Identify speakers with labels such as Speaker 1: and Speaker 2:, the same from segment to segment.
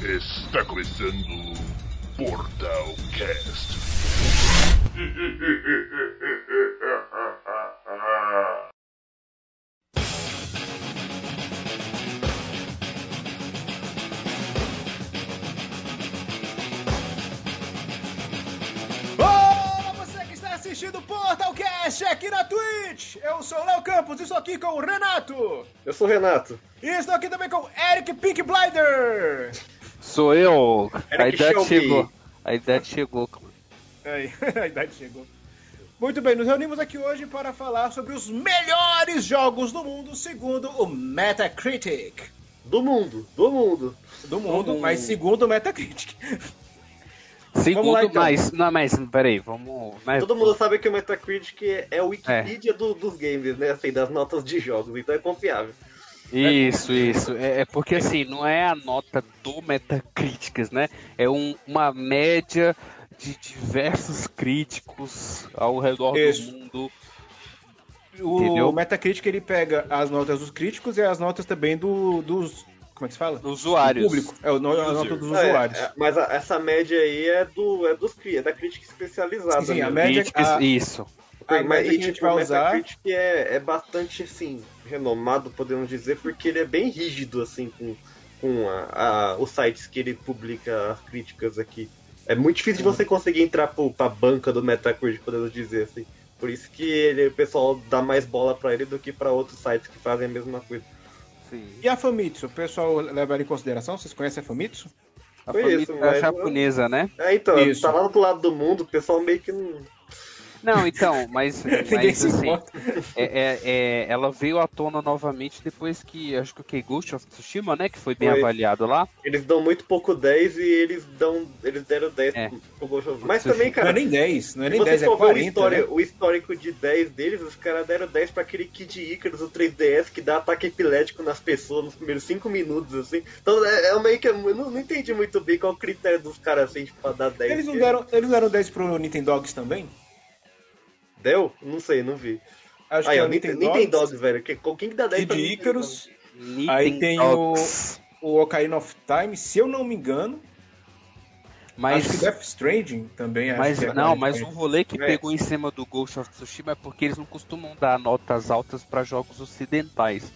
Speaker 1: Está começando o Portal Cast.
Speaker 2: Olá, você que está assistindo o Portalcast aqui na Twitch! Eu sou o Léo Campos e estou aqui com o Renato!
Speaker 3: Eu sou o Renato.
Speaker 2: E estou aqui também com o Eric Pink Blinder!
Speaker 4: Sou eu.
Speaker 3: Era
Speaker 4: a
Speaker 3: que
Speaker 4: idade
Speaker 3: Shelby.
Speaker 4: chegou. A idade chegou.
Speaker 2: Aí, a idade chegou. Muito bem, nos reunimos aqui hoje para falar sobre os melhores jogos do mundo segundo o Metacritic.
Speaker 3: Do mundo, do mundo.
Speaker 2: Do mundo, mas segundo o Metacritic.
Speaker 4: Segundo
Speaker 2: lá, então.
Speaker 4: mais. Não, mas peraí, vamos.
Speaker 2: É.
Speaker 4: Mas,
Speaker 3: Todo mundo sabe que o Metacritic é- é o Wikipedia do- dos games, né? Assim, das notas de jogos, então é confiável.
Speaker 4: Isso, isso. É, é porque assim, não é a nota do Metacritics, né? É um- uma média de diversos críticos ao redor
Speaker 2: Isso.
Speaker 4: do mundo.
Speaker 2: O
Speaker 4: Entendeu?
Speaker 2: Metacritic ele pega as notas dos críticos e as notas também do, dos. Como é que se fala?
Speaker 4: Usuários.
Speaker 2: Do público. É, o no- a nota dos
Speaker 3: Ah, é,
Speaker 2: usuários.
Speaker 3: é, mas a- essa média aí é, do, é dos cri, é da crítica especializada.
Speaker 2: Sim, sim, a
Speaker 3: mesmo.
Speaker 2: média-
Speaker 4: Críticas,
Speaker 2: a-
Speaker 4: Isso.
Speaker 3: Ah,
Speaker 2: A
Speaker 3: mas
Speaker 2: média
Speaker 3: e,
Speaker 2: que a gente
Speaker 3: tipo,
Speaker 2: vai
Speaker 3: o
Speaker 2: usar-
Speaker 3: Metacritic é, é bastante, assim, renomado, podemos dizer, porque ele é bem rígido, assim, com, com a- a- os sites que ele publica as críticas aqui. É muito difícil de você conseguir entrar pro, pra banca do Metacritic, podemos dizer, assim. Por isso que ele- o pessoal dá mais bola pra ele do que pra outros sites que fazem a mesma coisa.
Speaker 4: Sim.
Speaker 2: E a Famitsu, o pessoal leva ela em consideração? Vocês conhecem a Famitsu?
Speaker 4: A
Speaker 3: Foi
Speaker 4: família
Speaker 3: isso, mas-
Speaker 4: japonesa, né?
Speaker 3: É, então,
Speaker 2: Isso.
Speaker 3: tá lá do outro lado do mundo, o pessoal meio que não...
Speaker 4: Não, então, mas,
Speaker 2: Ninguém
Speaker 4: mas
Speaker 2: se
Speaker 4: assim,
Speaker 2: importa.
Speaker 4: é- é- é- ela veio à tona novamente depois que, acho que o que Ghost of Tsushima, né, que foi bem
Speaker 3: Foi.
Speaker 4: avaliado lá.
Speaker 3: Eles dão muito pouco 10 e eles dão eles deram 10
Speaker 4: É.
Speaker 3: pro Ghost of- Mas
Speaker 2: Não
Speaker 3: também,
Speaker 2: é
Speaker 3: cara,
Speaker 2: nem 10, não é
Speaker 3: Se
Speaker 2: nem
Speaker 3: você
Speaker 2: 10, é
Speaker 3: for ver o,
Speaker 2: 40.
Speaker 3: história-
Speaker 2: Né?
Speaker 3: o histórico de 10 deles, os caras deram 10 pra aquele Kid Icarus, o 3DS, que dá ataque epilético nas pessoas nos primeiros 5 minutos, assim. Então é, é meio que. Eu não, não entendi muito bem qual é o critério dos caras, assim, tipo, pra dar 10.
Speaker 2: Eles não, deram, eles não deram 10 pro Nintendogs também?
Speaker 3: Deu? Não sei, não vi.
Speaker 2: Acho
Speaker 3: Aí,
Speaker 2: que é
Speaker 3: ó,
Speaker 2: o
Speaker 3: Nintendo,
Speaker 2: Nintendogs,
Speaker 3: Nintendo, velho. Que- com Quem que dá 10
Speaker 2: Kid
Speaker 3: pra
Speaker 2: Icarus, Aí
Speaker 4: Nintendo
Speaker 2: tem o-
Speaker 4: Dogs.
Speaker 2: o Ocarina of Time, se eu não me engano.
Speaker 4: Mas,
Speaker 2: Acho que Death Stranding também. acho
Speaker 4: mas
Speaker 2: que é
Speaker 4: não,
Speaker 2: mais
Speaker 4: mas o
Speaker 2: diferente.
Speaker 4: rolê que
Speaker 3: É.
Speaker 4: pegou em cima do Ghost of Tsushima é porque eles não costumam dar notas altas pra jogos ocidentais.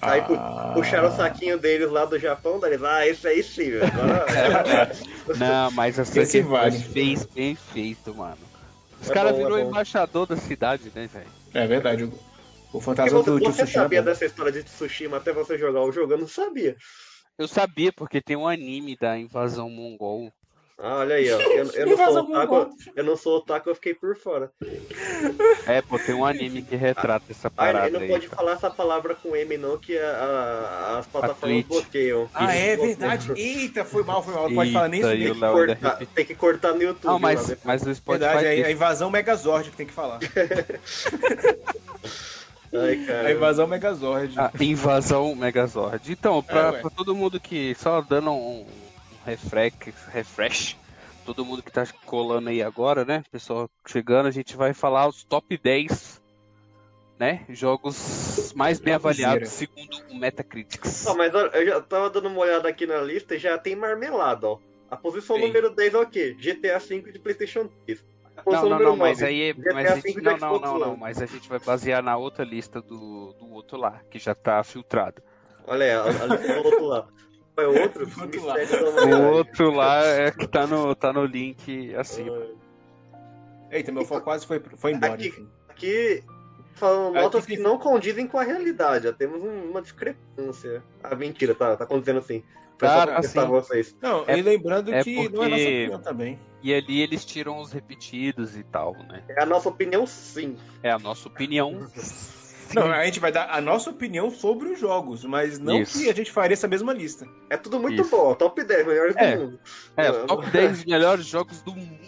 Speaker 3: Aí pu-
Speaker 2: Ah.
Speaker 3: Puxaram o saquinho deles lá do Japão, daí eles, ah, esse aí sim, velho. Agora- é,
Speaker 4: Não, mas a
Speaker 2: Esse
Speaker 4: Sucker
Speaker 2: vale.
Speaker 4: fez bem feito, mano. Os
Speaker 3: É
Speaker 4: caras
Speaker 3: bom, é
Speaker 4: virou
Speaker 3: bom.
Speaker 4: embaixador da cidade, né, velho?
Speaker 2: É verdade. O, o
Speaker 3: Porque
Speaker 2: fantasma
Speaker 3: você,
Speaker 2: do
Speaker 3: você
Speaker 2: Tsushima. é né?
Speaker 3: sabia dessa história de Tsushima até você jogar o jogo? Eu não sabia.
Speaker 4: Eu sabia, porque tem um anime da invasão mongol.
Speaker 3: Ah, olha aí, ó. Eu, eu não
Speaker 2: Invasão
Speaker 3: sou otaku, eu não sou otaku, eu fiquei por fora.
Speaker 4: É, pô, tem um anime que retrata essa
Speaker 3: Ah, ele-
Speaker 4: parada
Speaker 3: ele não
Speaker 4: aí.
Speaker 3: pode
Speaker 4: cara.
Speaker 3: falar essa palavra com M, não, que a- a- as plataformas
Speaker 4: Twitch.
Speaker 3: bloqueiam.
Speaker 2: Ah, é
Speaker 3: Bloqueiam.
Speaker 2: verdade. Eita, foi mal, foi mal. Não pode
Speaker 4: Eita,
Speaker 2: falar É nem
Speaker 4: aí
Speaker 2: isso.
Speaker 4: o
Speaker 3: Tem que,
Speaker 4: Léo né? ainda
Speaker 3: cortar,
Speaker 4: repete.
Speaker 3: tem que cortar no YouTube.
Speaker 4: Não,
Speaker 3: lá
Speaker 4: mas,
Speaker 3: depois.
Speaker 4: mas o Spotify
Speaker 2: Verdade, é a, a
Speaker 4: deixa.
Speaker 2: invasão Megazord que tem que falar.
Speaker 3: Ai,
Speaker 2: É A
Speaker 3: cara.
Speaker 2: invasão Megazord.
Speaker 4: Ah, invasão Megazord. Então, pra,
Speaker 2: É, ué.
Speaker 4: pra todo mundo que. Só dando um, um refresh, refresh. Todo mundo que tá colando aí agora, né? Pessoal chegando, a gente vai falar os top 10, né? Jogos mais bem avaliados, segundo o Metacritics.
Speaker 3: Ó, mas olha, eu já tava dando uma olhada aqui na lista e já tem marmelada, ó. A posição
Speaker 4: Tem.
Speaker 3: número 10 é o quê? GTA V de PlayStation 3. A
Speaker 4: Não,
Speaker 3: posição
Speaker 4: não,
Speaker 3: número
Speaker 4: não, mas
Speaker 3: 9.
Speaker 4: aí. é-
Speaker 3: GTA
Speaker 4: Mas a gente,
Speaker 3: cinco
Speaker 4: não,
Speaker 3: de
Speaker 4: não,
Speaker 3: Xbox
Speaker 4: não,
Speaker 3: One.
Speaker 4: não. Mas a gente vai basear na outra lista do, do outro lá, que já tá filtrado.
Speaker 3: Olha aí, a, a lista do outro lado. É outro?
Speaker 2: Do outro lado.
Speaker 3: mistério da
Speaker 4: O
Speaker 3: humanidade.
Speaker 4: outro lá é que tá no, tá no link assim, acima.
Speaker 2: Eita, meu foco quase foi, foi embora.
Speaker 3: Aqui.
Speaker 2: enfim.
Speaker 3: Aqui falam
Speaker 2: Aqui
Speaker 3: notas
Speaker 2: tem-
Speaker 3: que não condizem com a realidade. Já temos um- uma discrepância. Ah, mentira, tá, tá acontecendo assim. Foi
Speaker 4: Tá,
Speaker 3: só
Speaker 4: tá
Speaker 3: pra testar
Speaker 4: sim.
Speaker 3: vocês.
Speaker 2: Não,
Speaker 4: É-
Speaker 2: e lembrando
Speaker 4: é
Speaker 2: que não é nossa
Speaker 4: porque-
Speaker 2: opinião também.
Speaker 4: E ali eles tiram os repetidos e tal, né?
Speaker 3: É a nossa opinião, sim.
Speaker 4: É a nossa opinião.
Speaker 2: Não, a gente vai dar a nossa opinião sobre os jogos, mas não
Speaker 4: Isso.
Speaker 2: que a gente faria essa mesma lista.
Speaker 3: É tudo muito
Speaker 4: Isso.
Speaker 3: bom. Top 10 melhores
Speaker 4: É.
Speaker 3: do mundo.
Speaker 4: É,
Speaker 3: Não.
Speaker 4: top 10 melhores jogos do mundo.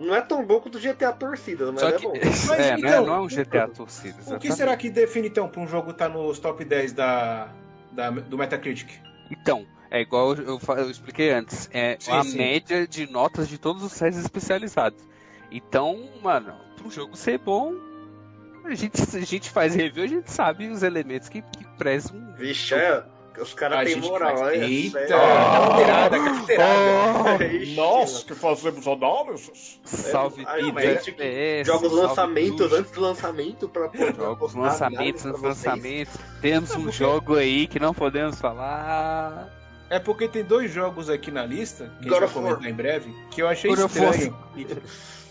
Speaker 3: Não é tão bom quanto o GTA Torcida, mas
Speaker 4: Só
Speaker 3: é
Speaker 4: que.
Speaker 3: bom.
Speaker 4: é,
Speaker 2: então,
Speaker 4: não, é, não é um GTA
Speaker 2: O
Speaker 4: torcida.
Speaker 2: que
Speaker 4: exatamente.
Speaker 2: será que define, então, pra um jogo estar nos top 10 da, da- do Metacritic?
Speaker 4: Então, é igual eu, eu fa- eu expliquei antes. É
Speaker 2: Sim,
Speaker 4: a
Speaker 2: sim.
Speaker 4: média de notas de todos os sites especializados. Então, mano, pro jogo ser bom, a gente, a gente faz review, a gente sabe os elementos que, que prezam.
Speaker 3: Vixe, é. Os caras
Speaker 2: A
Speaker 3: têm
Speaker 2: gente
Speaker 3: moral,
Speaker 2: faz-
Speaker 3: olha.
Speaker 2: Eita,
Speaker 3: sério.
Speaker 2: carteirada, carteirada.
Speaker 4: Oh,
Speaker 3: Ixi,
Speaker 2: Nós que fazemos análises.
Speaker 4: Salve
Speaker 3: Ah, não,
Speaker 4: Pizza
Speaker 3: mas é que
Speaker 4: FPS,
Speaker 3: Joga os
Speaker 4: salve
Speaker 3: lançamentos
Speaker 4: Dudu.
Speaker 3: antes do lançamento pra poder
Speaker 4: Joga os
Speaker 3: postar
Speaker 4: lançamentos,
Speaker 3: análise
Speaker 4: os
Speaker 3: pra vocês.
Speaker 4: lançamentos. Temos um jogo aí que não podemos falar.
Speaker 2: É porque tem dois jogos aqui na lista, que
Speaker 3: God
Speaker 2: a gente vai
Speaker 3: of War.
Speaker 2: comentar em breve, que eu achei
Speaker 4: God of War.
Speaker 2: estranho.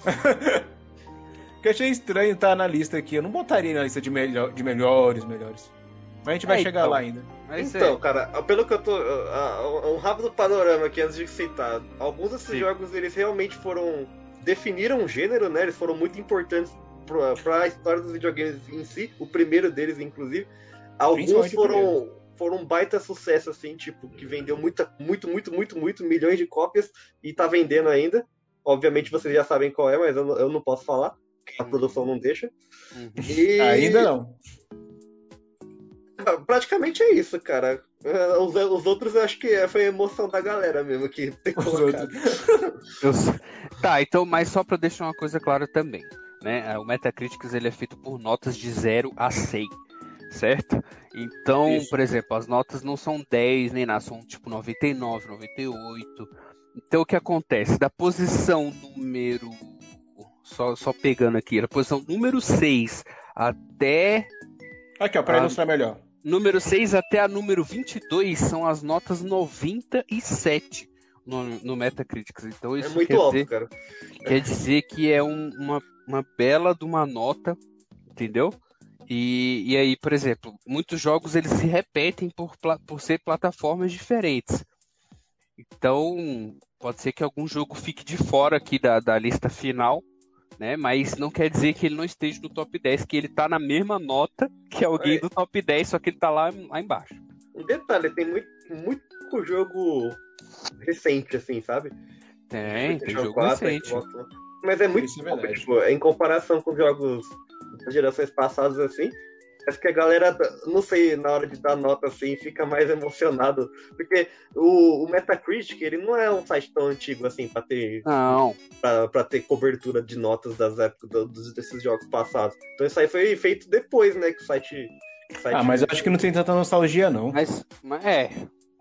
Speaker 2: que eu achei estranho estar na lista aqui. Eu não botaria na lista de, melho- de melhores, melhores. Mas a gente vai
Speaker 4: É,
Speaker 2: chegar
Speaker 4: então.
Speaker 2: lá ainda.
Speaker 4: Mas
Speaker 3: então,
Speaker 4: é,
Speaker 3: cara, pelo que eu tô. ah, ah, Um rápido panorama aqui antes de citar. Alguns desses
Speaker 4: Sim.
Speaker 3: jogos eles realmente foram. definiram um gênero, né? Eles foram muito importantes pra, pra história dos videogames em si. O primeiro deles, inclusive. Alguns
Speaker 2: Principalmente o
Speaker 3: foram. Foram um baita sucesso, assim, tipo, que vendeu muita, muito, muito, muito, muito, milhões de cópias e tá vendendo ainda. Obviamente vocês já sabem qual é, mas eu não, eu não posso falar. A produção não deixa.
Speaker 4: Uhum.
Speaker 3: E-
Speaker 2: Ainda não.
Speaker 3: Praticamente é isso, cara. Eh, Os, os outros eu acho que é- foi a emoção da galera mesmo que tem
Speaker 2: Os
Speaker 3: colocado.
Speaker 4: eu s- Tá, então, mas só pra deixar uma coisa clara também. Né? O Metacritic ele é feito por notas de 0 a 100, certo? Então,
Speaker 2: Isso.
Speaker 4: por exemplo, as notas não são 10 nem nada, são tipo 99, 98. Então, o que acontece? Da posição número. Só, só pegando aqui, da posição número 6 até
Speaker 2: Aqui, ó, pra
Speaker 4: Ah.
Speaker 2: ilustrar melhor.
Speaker 4: Número 6 até a número 22 são as notas 97 no, no Metacritics. Então
Speaker 3: É
Speaker 4: isso
Speaker 3: muito
Speaker 4: quer,
Speaker 3: alto,
Speaker 4: dizer,
Speaker 3: cara.
Speaker 4: quer dizer que é um- uma, uma bela de uma nota, entendeu? E, e aí, por exemplo, muitos jogos eles se repetem por, pla- por ser plataformas diferentes. Então, pode ser que algum jogo fique de fora aqui da, da lista final, né? Mas não quer dizer que ele não esteja no top 10, que ele tá na mesma nota que alguém
Speaker 3: É.
Speaker 4: do top 10, só que ele tá lá, lá embaixo.
Speaker 3: Um detalhe, tem muito, muito jogo recente, assim, sabe?
Speaker 4: Tem, tem
Speaker 3: PlayStation
Speaker 4: jogo
Speaker 3: 4,
Speaker 4: recente.
Speaker 3: Xbox One. Mas é muito
Speaker 2: Isso é
Speaker 3: pouco,
Speaker 2: verdade.
Speaker 3: tipo, em comparação com jogos das gerações passadas, assim. Acho que a galera, não sei, na hora de dar nota, assim, fica mais emocionado. Porque o, o Metacritic, ele não é um site tão antigo, assim, pra ter
Speaker 4: Não,
Speaker 3: pra, pra ter cobertura de notas das épocas do- dos- desses jogos passados. Então isso aí foi feito depois, né? Que o site. que o site-
Speaker 2: Ah, mas eu acho que não tem tanta nostalgia, não.
Speaker 4: mas, mas é,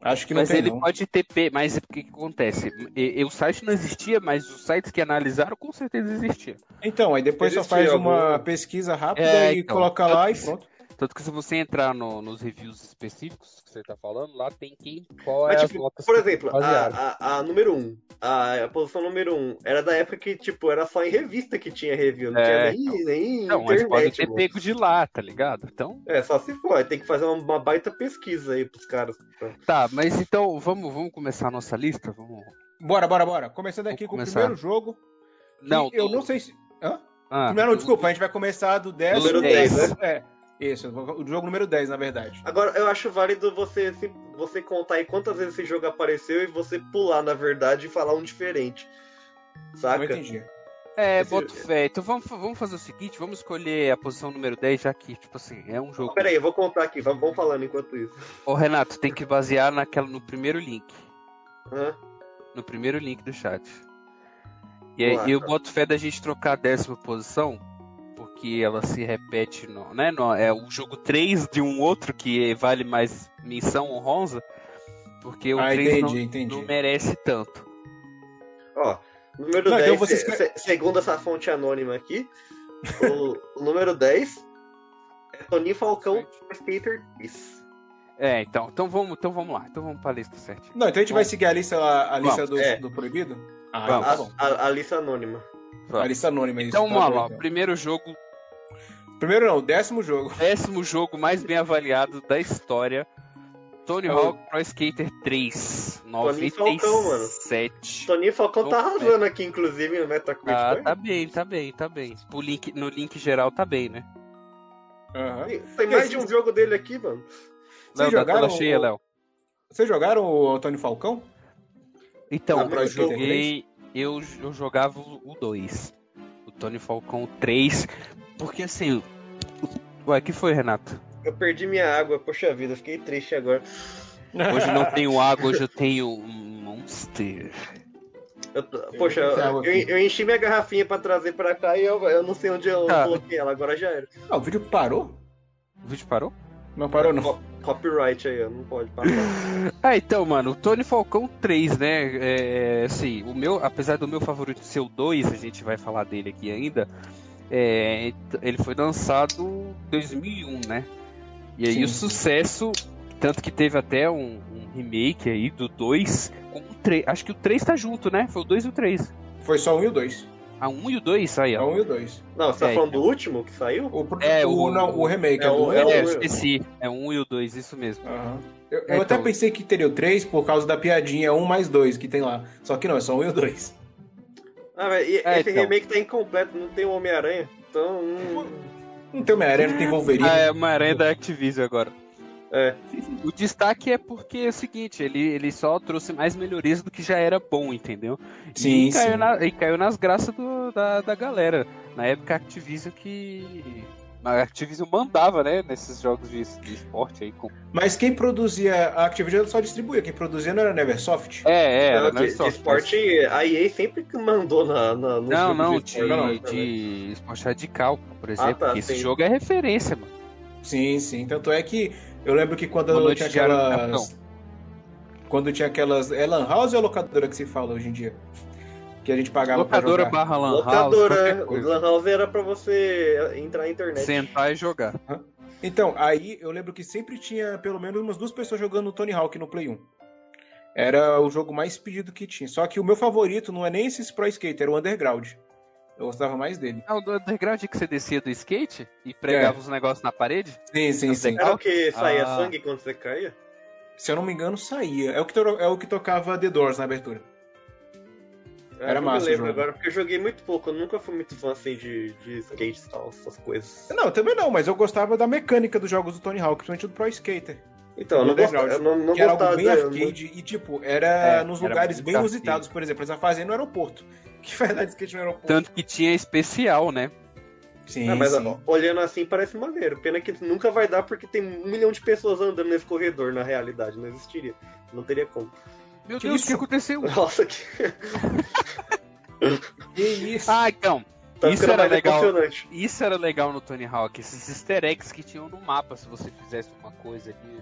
Speaker 2: Acho que não
Speaker 4: mas
Speaker 2: tem,
Speaker 4: ele
Speaker 2: não.
Speaker 4: pode ter, pe- mas o que, que acontece? E- e o site não existia, mas os sites que analisaram com certeza existiam.
Speaker 2: Então, aí depois só
Speaker 3: Existe
Speaker 2: faz
Speaker 3: algum-
Speaker 2: uma pesquisa rápida
Speaker 4: É,
Speaker 2: e
Speaker 4: então.
Speaker 2: coloca lá e pronto.
Speaker 4: Tanto que se você entrar no- nos reviews específicos que você tá falando, lá tem quem, qual é
Speaker 3: Mas,
Speaker 4: as
Speaker 3: tipo,
Speaker 4: notas.
Speaker 3: Por
Speaker 4: que
Speaker 3: exemplo,
Speaker 4: basearam.
Speaker 3: a, a, a número 1. Um, a, a posição número 1 um, era da época que, tipo, era só em revista que tinha review, não
Speaker 4: É,
Speaker 3: tinha nem, nem
Speaker 4: Não, mas pode
Speaker 3: internet,
Speaker 4: ter
Speaker 3: mano.
Speaker 4: pego de lá, tá ligado? Então,
Speaker 3: É, só se for, tem que fazer uma, uma baita pesquisa aí pros caras.
Speaker 4: tá, mas então vamos, vamos começar a nossa lista? Vamos.
Speaker 2: Bora, bora, bora. Começando aqui
Speaker 4: Vou
Speaker 2: com o
Speaker 4: começar.
Speaker 2: primeiro jogo. que
Speaker 4: Não,
Speaker 2: eu
Speaker 4: do-
Speaker 2: não sei se. Hã?
Speaker 4: ah,
Speaker 2: Primeiro,
Speaker 4: do-
Speaker 2: desculpa, a gente vai começar do 10
Speaker 3: Número
Speaker 2: ao
Speaker 3: 10,
Speaker 2: É, isso, o jogo número 10, na verdade.
Speaker 3: Agora, eu acho válido você, se- você contar aí quantas vezes esse jogo apareceu e você pular, na verdade, e falar um diferente.
Speaker 2: Não
Speaker 3: Saca?
Speaker 2: entendi.
Speaker 4: É,
Speaker 3: Esse-
Speaker 4: boto fé. Então vamos, fa- vamos fazer o seguinte, vamos escolher a posição número 10, já que, tipo assim, é um jogo.
Speaker 3: Pera aí, eu vou contar aqui, vamos vamos falando enquanto isso.
Speaker 4: Ô Renato, tem que basear naquela, no primeiro link.
Speaker 3: Hã?
Speaker 4: No primeiro link do chat. E
Speaker 3: Boa,
Speaker 4: aí, eu
Speaker 2: tá.
Speaker 3: cara.
Speaker 4: boto fé da gente trocar a décima posição, porque ela se repete, no, né? no- é o jogo 3 de um outro que vale mais menção honrosa, porque o
Speaker 2: Ah,
Speaker 4: 3 não,
Speaker 2: entendi,
Speaker 4: não
Speaker 2: entendi.
Speaker 4: merece tanto.
Speaker 3: Ó, número
Speaker 2: Não,
Speaker 3: 10,
Speaker 2: então você
Speaker 3: se-
Speaker 2: escreve-
Speaker 3: se- segundo essa fonte anônima aqui, o, o número 10 é Toninho Falcão Skater 3.
Speaker 4: É, então, então vamos, então vamos lá. Então vamos pra lista certinho.
Speaker 2: Não, então a gente vai seguir a lista, lá- a lista
Speaker 4: Vamos,
Speaker 2: do,
Speaker 3: é.
Speaker 2: do proibido? Ah,
Speaker 4: Vamos.
Speaker 2: tá
Speaker 3: A,
Speaker 2: bom.
Speaker 3: a, a lista anônima.
Speaker 2: A lista anônima. isso,
Speaker 4: Então,
Speaker 2: tá
Speaker 4: vamos
Speaker 2: bom,
Speaker 4: lá,
Speaker 2: então.
Speaker 4: primeiro jogo
Speaker 2: Primeiro não, décimo jogo.
Speaker 4: décimo jogo mais bem avaliado da história. Tony
Speaker 2: Oh.
Speaker 4: Hawk Pro Skater 3,
Speaker 3: Tony Falcão, mano.
Speaker 4: 97.
Speaker 3: Toninho Falcão
Speaker 2: Então,
Speaker 3: tá
Speaker 2: é.
Speaker 4: Bom,
Speaker 3: arrasando aqui, inclusive, no Metacritic.
Speaker 4: Ah,
Speaker 3: né?
Speaker 4: tá bem, tá bem, tá bem. Pro link- no link geral tá bem, né?
Speaker 2: Aham.
Speaker 3: Tem mais de um jogo dele aqui, mano.
Speaker 4: Léo,
Speaker 2: Vocês
Speaker 4: da tela
Speaker 2: jogaram
Speaker 4: cheia,
Speaker 2: o-
Speaker 4: Léo.
Speaker 2: Vocês jogaram o Antônio Falcão?
Speaker 4: Então,
Speaker 3: Ah,
Speaker 4: eu
Speaker 3: mas eu-
Speaker 4: joguei. Eu, eu jogava o 2. O Tony Falcão 3. Porque assim. Ué, que foi, Renato?
Speaker 3: Eu perdi minha água, poxa vida, eu fiquei triste agora.
Speaker 4: Hoje não tenho água, hoje eu tenho um Monster.
Speaker 3: Eu tô- poxa,
Speaker 2: vou pegar
Speaker 3: eu,
Speaker 2: água aqui.
Speaker 3: eu enchi minha garrafinha pra trazer pra cá e eu, eu não sei onde eu
Speaker 4: Tá.
Speaker 3: coloquei ela, agora já era.
Speaker 2: Ah, o vídeo parou?
Speaker 4: O vídeo parou?
Speaker 2: Não parou, não.
Speaker 3: Ó, copyright aí, ó, não pode passar.
Speaker 4: Ah, então, mano, o Tony Falcão 3, né? É, assim, o meu, apesar do meu favorito ser o 2, a gente vai falar dele aqui ainda. é, ent- ele foi lançado em 2001, né? E aí
Speaker 5: Sim.
Speaker 4: o sucesso, tanto que teve até um, um remake aí do 2 com o 3. Acho que o 3 tá junto, né? Foi o 2 e o 3.
Speaker 2: Foi só um e o dois.
Speaker 4: A 1 e o 2, aí,
Speaker 2: É
Speaker 4: ó.
Speaker 2: um e o dois.
Speaker 3: Não, você tá
Speaker 4: É,
Speaker 3: falando
Speaker 2: então.
Speaker 3: do último que saiu?
Speaker 2: O, pro-
Speaker 4: É,
Speaker 2: o,
Speaker 4: o-
Speaker 2: não, o Ah. remake é,
Speaker 3: é
Speaker 2: do
Speaker 3: o-
Speaker 2: é,
Speaker 4: É,
Speaker 3: o-
Speaker 4: eu esqueci. É 1 e o 2, isso mesmo.
Speaker 2: Aham. Eu, eu
Speaker 4: É,
Speaker 2: até
Speaker 4: então.
Speaker 2: pensei que teria o 3 por causa da piadinha 1 mais 2 que tem lá. Só que não, é só 1 e o 2.
Speaker 3: Ah, velho, e-
Speaker 4: É,
Speaker 3: esse
Speaker 4: então.
Speaker 3: remake tá incompleto, não tem o Homem-Aranha. Então, hum,
Speaker 2: Não tem Homem-Aranha, não tem Wolverine.
Speaker 4: Ah, é uma aranha da Activision agora.
Speaker 3: É.
Speaker 4: O destaque é porque é o seguinte, ele, ele só trouxe mais melhorias do que já era bom, entendeu?
Speaker 2: Sim,
Speaker 4: e caiu,
Speaker 2: sim.
Speaker 4: na- e caiu nas graças do- da, da galera. Na época a Activision que. A Activision mandava, né? Nesses jogos de, de esporte aí. Com...
Speaker 2: Mas quem produzia a Activision ela só distribuía, quem produzia não era a Neversoft.
Speaker 4: É, é,
Speaker 3: não,
Speaker 4: era
Speaker 3: de, de esporte, a EA sempre que mandou na, na, nos
Speaker 4: Não,
Speaker 3: jogos
Speaker 4: não,
Speaker 3: de esporte,
Speaker 4: de,
Speaker 3: né?
Speaker 4: de esporte radical, por exemplo.
Speaker 3: tá,
Speaker 4: porque esse
Speaker 3: sim.
Speaker 4: jogo é referência, mano.
Speaker 2: Sim, sim. Tanto é que eu lembro que quando
Speaker 4: Boa noite,
Speaker 2: tinha
Speaker 4: Diário do
Speaker 2: aquelas. Quando tinha aquelas. É Lan House ou locadora que se fala hoje em dia? Que a gente pagava
Speaker 4: Locadora
Speaker 2: pra jogar.
Speaker 4: barra lan house,
Speaker 3: Locadora,
Speaker 4: qualquer
Speaker 3: o
Speaker 4: coisa.
Speaker 3: Lan House era pra você entrar na internet.
Speaker 4: Sentar e jogar.
Speaker 2: Então, aí eu lembro que sempre tinha pelo menos umas duas pessoas jogando Tony Hawk no Play 1. Era o jogo mais pedido que tinha. Só que o meu favorito não é nem esse Pro Skater, era o Underground. Eu gostava mais dele.
Speaker 4: Ah, o do underground que você descia do skate e
Speaker 3: É.
Speaker 4: pregava os negócios na parede?
Speaker 2: Sim, sim, sim.
Speaker 3: Era o que saía
Speaker 4: Ah.
Speaker 3: sangue quando você caía?
Speaker 2: Se eu não me engano, saía. É o que, to- é o que tocava The Doors na abertura.
Speaker 3: Ah, Eu
Speaker 2: Era
Speaker 3: não
Speaker 2: massa o
Speaker 3: lembro
Speaker 2: jogo.
Speaker 3: agora, porque eu joguei muito pouco, eu nunca fui muito fã assim de, de skate e tal, essas coisas.
Speaker 2: Não, eu também não, mas eu gostava da mecânica dos jogos do Tony Hawk, principalmente do Pro Skater.
Speaker 3: Então, eu não gostava,
Speaker 2: Underground,
Speaker 3: eu não, não
Speaker 2: que era algo
Speaker 3: gostava
Speaker 2: bem
Speaker 3: da-
Speaker 2: arcade e, tipo, era
Speaker 4: É,
Speaker 2: nos
Speaker 4: era
Speaker 2: lugares
Speaker 4: muito
Speaker 2: bem
Speaker 4: arcade.
Speaker 2: inusitados. Por exemplo, eles iam fazer no aeroporto. Que vai dar de skate no aeroporto.
Speaker 4: Tanto que tinha especial, né?
Speaker 2: Sim,
Speaker 3: Ah, mas
Speaker 2: sim.
Speaker 3: ó, olhando assim parece maneiro. Pena que nunca vai dar porque tem um milhão de pessoas andando nesse corredor na realidade. Não existiria. Não teria como.
Speaker 4: Meu
Speaker 2: Que
Speaker 4: Deus, o
Speaker 2: isso?
Speaker 4: que aconteceu?
Speaker 3: Nossa, que.
Speaker 2: Que isso.
Speaker 4: Ah, então,
Speaker 3: Tá
Speaker 4: Isso
Speaker 3: ficando
Speaker 4: era
Speaker 3: mais
Speaker 4: legal.
Speaker 3: emocionante.
Speaker 4: isso era legal no Tony Hawk, esses easter eggs que tinham no mapa, se você fizesse uma coisa ali,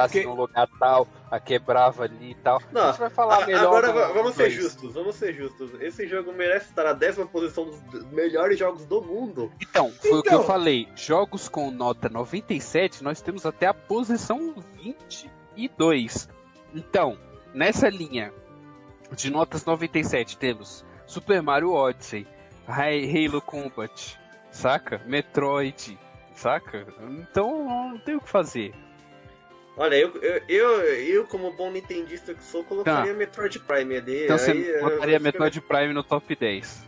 Speaker 2: É porque-
Speaker 4: num lugar tal, a quebrava ali e tal.
Speaker 3: Não,
Speaker 4: a gente vai falar
Speaker 3: Ah,
Speaker 4: melhor.
Speaker 3: agora
Speaker 4: no-
Speaker 3: va- vamos
Speaker 4: no
Speaker 3: ser
Speaker 4: dois.
Speaker 3: justos, vamos ser justos. Esse jogo merece estar na décima posição dos d- melhores jogos do mundo.
Speaker 4: Então, foi o que
Speaker 2: Então.
Speaker 4: eu falei. Jogos com nota 97, nós temos até a posição 22. Então, nessa linha de notas 97, temos Super Mario Odyssey, Hi- Halo Combat, saca? Metroid, saca? Então, não tem o que fazer.
Speaker 3: Olha, eu, eu, eu, eu, como bom nintendista que sou, colocaria Metroid Prime ali.
Speaker 4: Tá. Então,
Speaker 3: aí,
Speaker 4: você
Speaker 3: eh,
Speaker 4: botaria Metroid Prime no top 10.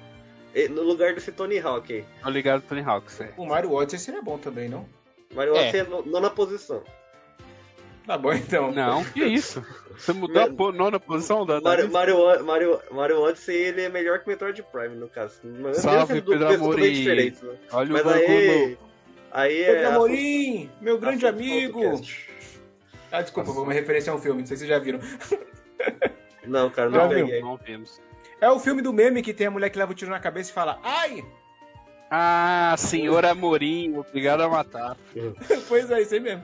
Speaker 3: eh, No lugar desse Tony Hawk aí.
Speaker 4: Tô ligado, Tony Hawks. É.
Speaker 2: O Mario Odyssey seria bom também, não?
Speaker 3: Mario
Speaker 4: É.
Speaker 3: Odyssey é no- nona posição.
Speaker 2: Tá bom, então.
Speaker 4: Não, que isso? Você mudou a po- nona posição da. da
Speaker 3: Mario,
Speaker 4: lista?
Speaker 3: Mario, O- Mario, Mario Odyssey ele é melhor que Metroid Prime, no caso. Mas
Speaker 4: Salve,
Speaker 3: mesmo
Speaker 4: Pedro
Speaker 3: mesmo
Speaker 4: Amorim.
Speaker 3: bem diferente, né?
Speaker 4: Olha
Speaker 3: Mas
Speaker 4: o Bangu
Speaker 3: aí. Aí é.
Speaker 2: Pedro Amorim, meu
Speaker 3: assunto-
Speaker 2: grande
Speaker 3: assunto do
Speaker 2: amigo.
Speaker 3: podcast.
Speaker 2: Ah, desculpa, foi uma referência a um filme, não sei se vocês já viram.
Speaker 3: Não, cara,
Speaker 2: Já
Speaker 3: não
Speaker 2: viu?
Speaker 3: peguei.
Speaker 4: Não vimos.
Speaker 2: É o filme do meme que tem a mulher que leva o tiro na cabeça e fala, ai!
Speaker 4: Ah, senhor Amorim, obrigado a matar.
Speaker 2: pois é, isso aí mesmo.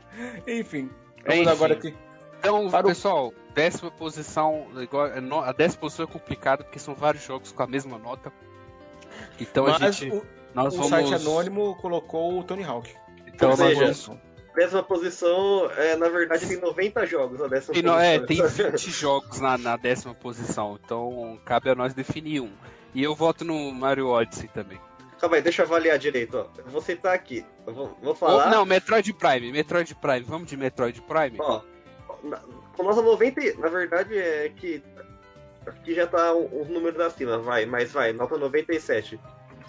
Speaker 2: Enfim. Vamos
Speaker 4: Enfim.
Speaker 2: agora aqui.
Speaker 4: Então,
Speaker 2: Para o-
Speaker 4: pessoal, décima posição, igual- é no- a décima posição é complicada porque são vários jogos com a mesma nota. Então a
Speaker 2: Mas
Speaker 4: gente,
Speaker 2: o, o um
Speaker 4: nós vamos,
Speaker 2: site anônimo colocou o Tony Hawk.
Speaker 4: então
Speaker 3: Ou
Speaker 4: nós
Speaker 3: seja,
Speaker 4: vamos-
Speaker 3: Décima posição, é, na verdade, tem 90 jogos na décima
Speaker 4: tem, no- é, tem
Speaker 3: posição.
Speaker 4: 20 jogos na, na décima posição, então cabe a nós definir um. E eu voto no Mario Odyssey também.
Speaker 3: Calma aí, deixa eu avaliar direito, ó. Eu Vou citar aqui. Eu Vou, vou falar.
Speaker 4: Ou- não, Metroid Prime, Metroid Prime, vamos de Metroid Prime?
Speaker 3: Ó, na, com nossa 90, e- na verdade é que aqui já tá um- uns números acima, vai, mas vai, nota 97.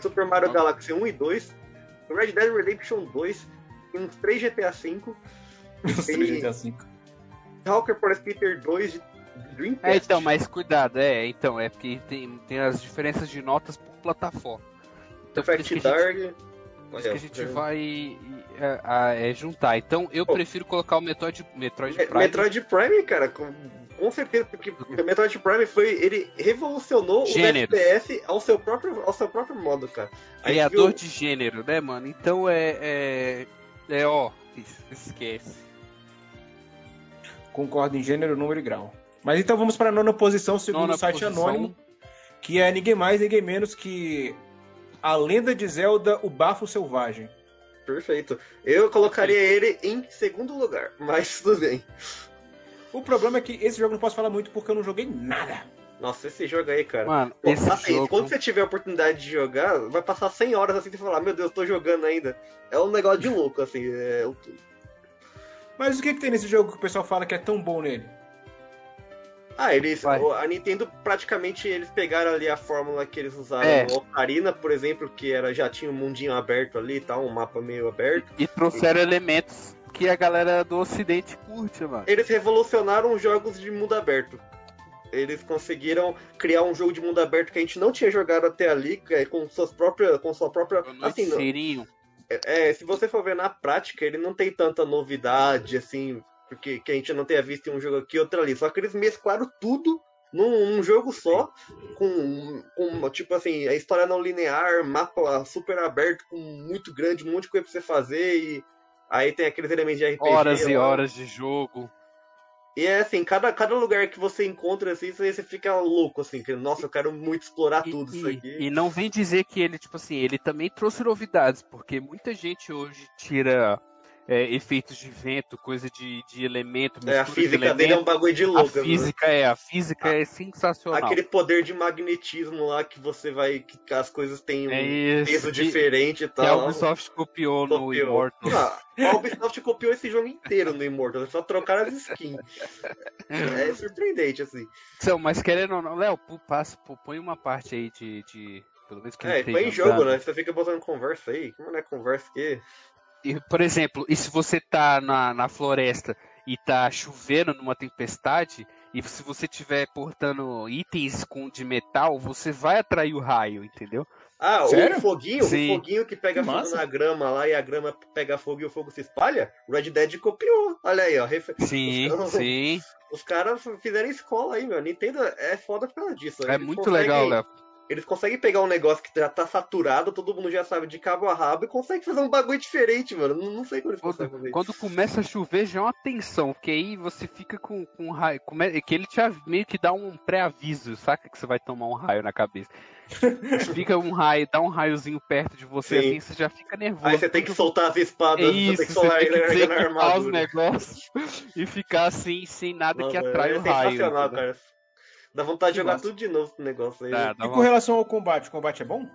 Speaker 3: Super Mario
Speaker 4: Ó.
Speaker 3: Galaxy 1 e 2, Red Dead Redemption 2, tem uns 3 GTA V,
Speaker 2: Os três assim, GTA V.
Speaker 3: Hawker Pro Skater 2 de Dreamcast.
Speaker 4: É, então, mas cuidado, é, então, é porque tem, tem as diferenças de notas por plataforma. Então, por isso que
Speaker 3: Perfect
Speaker 4: a gente-
Speaker 3: Dark.
Speaker 4: Por isso que a gente vai é, ah, é, juntar. Então eu
Speaker 3: Pô.
Speaker 4: prefiro colocar o Metroid, Metroid
Speaker 3: Me-
Speaker 4: Prime.
Speaker 3: é, Metroid Prime, cara, com, com certeza, porque o Metroid Prime foi. Ele revolucionou
Speaker 4: Gênero.
Speaker 3: o FPS ao seu próprio, ao seu próprio modo, cara. A gente
Speaker 4: Criador
Speaker 3: viu-
Speaker 4: de gênero, né, mano? Então é. É, é, ó. Es- Esquece.
Speaker 2: Concordo em gênero, número e grau. Mas então vamos para a nona posição, segundo
Speaker 4: Nona
Speaker 2: o site
Speaker 4: posição.
Speaker 2: anônimo, que é ninguém mais, ninguém menos que a lenda de Zelda, o Bafo Selvagem.
Speaker 3: Perfeito. Eu colocaria ele em segundo lugar, mas tudo bem.
Speaker 2: O problema é que esse jogo eu não posso falar muito porque eu não joguei nada.
Speaker 3: Nossa, esse jogo aí, cara.
Speaker 4: Mano,
Speaker 3: Pô,
Speaker 4: esse
Speaker 3: assim,
Speaker 4: jogo.
Speaker 3: Quando você tiver a oportunidade de jogar, vai passar 100 horas assim e falar, meu Deus, tô jogando ainda. É um negócio de louco, assim. É...
Speaker 2: Mas o que, que tem nesse jogo que o pessoal fala que é tão bom nele?
Speaker 3: Ah, eles.
Speaker 4: Vai.
Speaker 3: A Nintendo praticamente eles pegaram ali a fórmula que eles usaram
Speaker 4: É.
Speaker 3: no Ocarina, por exemplo, que era, já tinha um mundinho aberto ali e tal, um mapa meio aberto.
Speaker 4: E trouxeram elementos que a galera do ocidente curte, mano.
Speaker 3: Eles revolucionaram os jogos de mundo aberto. Eles conseguiram criar um jogo de mundo aberto que a gente não tinha jogado até ali, que é com suas próprias. com sua própria. Assim, não-
Speaker 4: Cheirinho.
Speaker 3: É, se você for ver na prática, ele não tem tanta novidade, assim, porque que a gente não tenha visto em um jogo aqui e outro ali. Só que eles mesclaram tudo num, num jogo só, com, com, tipo assim, a história não linear, mapa super aberto, com muito grande, um monte de coisa pra você fazer, e aí tem aqueles elementos de RPG.
Speaker 4: Horas e
Speaker 3: lá.
Speaker 4: horas de jogo.
Speaker 3: E é assim, cada, cada lugar que você encontra, assim, você você fica louco, assim, que, nossa, eu quero muito explorar
Speaker 4: E-
Speaker 3: tudo isso
Speaker 4: e,
Speaker 3: aqui.
Speaker 4: e não vem dizer que ele, tipo assim, ele também trouxe novidades, porque muita gente hoje tira é, efeitos de vento, coisa de, de elemento,
Speaker 3: É, a
Speaker 4: mistura de
Speaker 3: física dele é um
Speaker 4: elemento.
Speaker 3: bagulho de louco.
Speaker 4: a
Speaker 3: né?
Speaker 4: física é, a física é sensacional.
Speaker 3: Ah, Aquele poder de magnetismo lá que você vai. que as coisas têm um
Speaker 4: É isso.
Speaker 3: peso
Speaker 4: que-
Speaker 3: diferente e
Speaker 4: que a
Speaker 3: tal.
Speaker 4: Ubisoft copiou no
Speaker 3: Copiou.
Speaker 4: Immortals.
Speaker 3: Ah, a Ubisoft copiou esse jogo inteiro no Immortal, eles só trocaram as skins. É surpreendente, assim.
Speaker 4: Então, mas querendo ou não, Léo, pô, passa, pô, põe uma parte aí de. de pelo menos que
Speaker 3: É,
Speaker 4: ele
Speaker 3: e
Speaker 4: tem
Speaker 3: põe em
Speaker 4: jogado.
Speaker 3: jogo, né? Você fica botando conversa aí. Como não é conversa que.
Speaker 4: E, por exemplo, e se você tá na, na floresta e tá chovendo numa tempestade, e se você tiver portando itens com, de metal, você vai atrair o raio, entendeu?
Speaker 3: Ah,
Speaker 2: Sério?
Speaker 3: o foguinho,
Speaker 4: Sim.
Speaker 3: o foguinho que pega
Speaker 2: Que
Speaker 3: fogo
Speaker 2: massa.
Speaker 3: na grama lá e a grama pega fogo e o fogo se espalha, o Red Dead copiou. Olha aí, ó. refer-
Speaker 4: Sim,
Speaker 3: Então-
Speaker 4: sim.
Speaker 3: Os caras fizeram escola aí, meu. A Nintendo é foda por causa disso.
Speaker 4: É
Speaker 3: Eles
Speaker 4: muito
Speaker 3: conseguem-
Speaker 4: legal, Léo.
Speaker 3: Eles conseguem pegar um negócio que já tá saturado, todo mundo já sabe de cabo a rabo, e consegue fazer um bagulho diferente, mano. Não, não sei como eles conseguem fazer
Speaker 4: Quando,
Speaker 3: isso.
Speaker 4: quando começa a chover já é uma tensão, porque aí você fica com, com um raio. come- que ele te av- meio que dá um pré-aviso, saca? Que você vai tomar um raio na cabeça. fica um raio, dá um raiozinho perto de você,
Speaker 3: Sim.
Speaker 4: assim, você já fica nervoso.
Speaker 3: Aí você tem que soltar as
Speaker 4: É
Speaker 3: espadas, você tem
Speaker 4: isso,
Speaker 3: que
Speaker 4: você
Speaker 3: soltar
Speaker 4: tem
Speaker 3: ele
Speaker 4: que
Speaker 3: larga na
Speaker 4: desequipar os
Speaker 3: né? armadura.
Speaker 4: negócios e ficar assim, sem nada que
Speaker 3: Nossa,
Speaker 4: atrai
Speaker 3: é
Speaker 4: o raio.
Speaker 3: sensacional,
Speaker 4: entendeu?
Speaker 3: cara. Dá vontade de
Speaker 2: Que
Speaker 3: jogar
Speaker 2: massa.
Speaker 3: tudo de novo esse negócio aí.
Speaker 4: Dá, dá
Speaker 2: E com
Speaker 4: uma-
Speaker 2: relação ao combate, o combate é bom?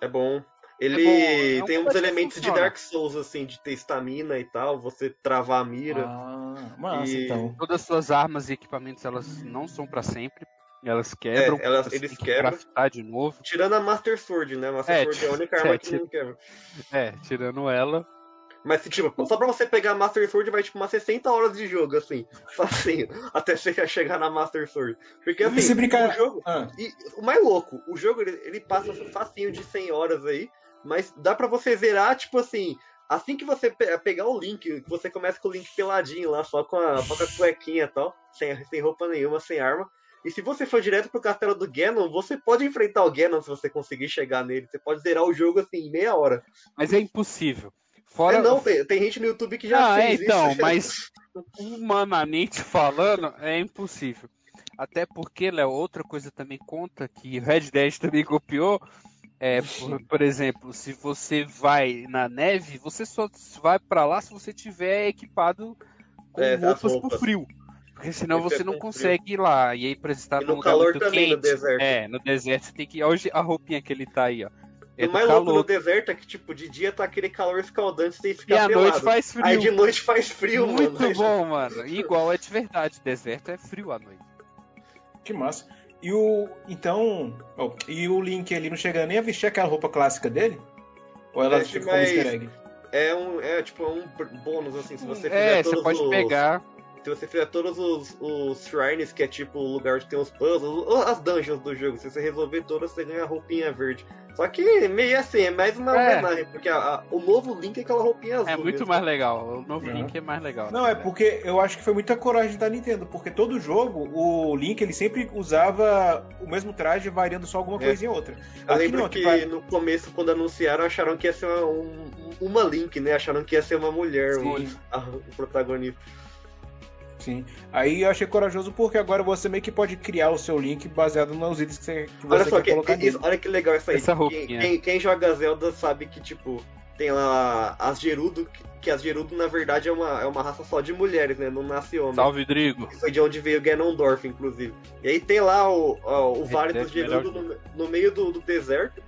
Speaker 3: É bom. Ele
Speaker 4: É bom, é um
Speaker 3: tem uns
Speaker 4: combate que
Speaker 3: elementos de
Speaker 4: funciona.
Speaker 3: Dark Souls, assim, de ter estamina e tal, você travar a mira.
Speaker 2: Ah, massa
Speaker 3: E-
Speaker 2: então.
Speaker 4: Todas as suas armas e equipamentos, elas não são pra sempre. Elas quebram,
Speaker 3: É, elas-
Speaker 4: você
Speaker 3: eles
Speaker 4: tem que
Speaker 3: quebram.
Speaker 4: craftar de novo.
Speaker 3: Tirando a Master Sword, né? Master
Speaker 4: Ah. É,
Speaker 3: Sword é a única
Speaker 4: é,
Speaker 3: arma que
Speaker 4: tipo-
Speaker 3: não quebra.
Speaker 4: É, tirando ela.
Speaker 3: Mas, se, tipo, só pra você pegar a Master Sword vai, tipo, umas 60 horas de jogo, assim. Só assim, até você chegar na Master Sword. Porque, assim,
Speaker 2: E se brincar-
Speaker 3: o jogo...
Speaker 2: Ah,
Speaker 3: E o mais louco, o jogo, ele, ele passa facinho de 100 horas aí, mas dá pra você zerar, tipo assim... Assim que você pe- pegar o Link, você começa com o Link peladinho lá, só com a, só com a cuequinha e tal, sem, sem roupa nenhuma, sem arma. E se você for direto pro castelo do Ganon, você pode enfrentar o Ganon se você conseguir chegar nele. Você pode zerar o jogo assim, em meia hora.
Speaker 4: Mas é impossível.
Speaker 3: É,
Speaker 4: Fora.
Speaker 3: não, tem, tem gente no YouTube que já
Speaker 4: Ah, é,
Speaker 3: fez
Speaker 4: então,
Speaker 3: isso.
Speaker 4: mas humanamente falando, é impossível. Até porque, Léo, outra coisa também conta que o Red Dead também copiou. É, por, por exemplo, se você vai na neve, você só vai pra lá se você tiver equipado com
Speaker 3: É, as
Speaker 4: roupas pro
Speaker 3: roupas.
Speaker 4: frio. Porque senão
Speaker 3: Porque
Speaker 4: você
Speaker 3: é
Speaker 4: não
Speaker 3: com
Speaker 4: consegue ir lá. E aí, pra estar
Speaker 3: E
Speaker 4: num
Speaker 3: no
Speaker 4: lugar
Speaker 3: calor
Speaker 4: muito
Speaker 3: também,
Speaker 4: quente.
Speaker 3: no deserto.
Speaker 4: É, no deserto você tem que. Hoje a roupinha que ele tá aí, ó. É
Speaker 3: o
Speaker 4: do
Speaker 3: mais louco no
Speaker 4: calor.
Speaker 3: deserto é que, tipo, de dia tá aquele calor escaldante, você tem que
Speaker 4: E
Speaker 3: ficar
Speaker 4: à
Speaker 3: pelado.
Speaker 4: noite faz frio.
Speaker 3: Aí de noite faz frio,
Speaker 4: Muito
Speaker 3: mano. Aí-
Speaker 4: bom, mano. Igual é de verdade. Deserto é frio à noite.
Speaker 2: que massa. E o. Então. oh, e o Link ele não chega nem a vestir aquela roupa clássica dele? Ou ela
Speaker 3: Veste
Speaker 2: fica como easter
Speaker 3: mais-
Speaker 2: egg?
Speaker 3: É um, é tipo, é um bônus, assim, se você fizer
Speaker 4: é,
Speaker 3: todos
Speaker 4: você pode
Speaker 3: os...
Speaker 4: pegar. é
Speaker 3: Se você fizer todos os, os shrines, que é tipo o lugar onde tem os puzzles, ou as dungeons do jogo, se você resolver todas, você ganha a roupinha verde. Só que meio assim, é mais uma
Speaker 4: É.
Speaker 3: homenagem, porque a- a- o novo Link é aquela roupinha azul.
Speaker 4: É muito
Speaker 3: mesmo.
Speaker 4: mais legal. O novo
Speaker 2: É.
Speaker 4: Link é mais legal.
Speaker 2: Não, é porque eu acho que foi muita coragem da Nintendo, porque todo jogo, o Link, ele sempre usava o mesmo traje, variando só alguma
Speaker 3: É.
Speaker 2: coisinha ou outra.
Speaker 3: Eu
Speaker 2: Aqui
Speaker 3: lembro
Speaker 2: não,
Speaker 3: que
Speaker 2: tipo, a-
Speaker 3: no começo, quando anunciaram, acharam que ia ser uma, um- uma Link, né? Acharam que ia ser uma mulher, o,
Speaker 2: Sim.
Speaker 3: a- o protagonista.
Speaker 2: Sim. Aí eu achei corajoso porque agora você meio que pode criar o seu link baseado nos itens que você, que é
Speaker 3: Olha
Speaker 2: você
Speaker 3: só,
Speaker 2: quer
Speaker 3: que,
Speaker 2: colocar
Speaker 3: que-
Speaker 2: nele.
Speaker 3: isso- olha que legal essa aí.
Speaker 4: Essa
Speaker 3: quem,
Speaker 4: roupinha.
Speaker 3: quem- quem joga Zelda sabe que, tipo, tem lá as Gerudo, que, que as Gerudo, na verdade, é uma, é uma raça só de mulheres, né? Não nasce homem.
Speaker 4: Salve, Drigo.
Speaker 3: Que Foi de onde veio Ganondorf, inclusive. E aí tem lá o, ó, o Vale dos
Speaker 4: Resident, é melhor
Speaker 3: Gerudo no, no meio do, do deserto.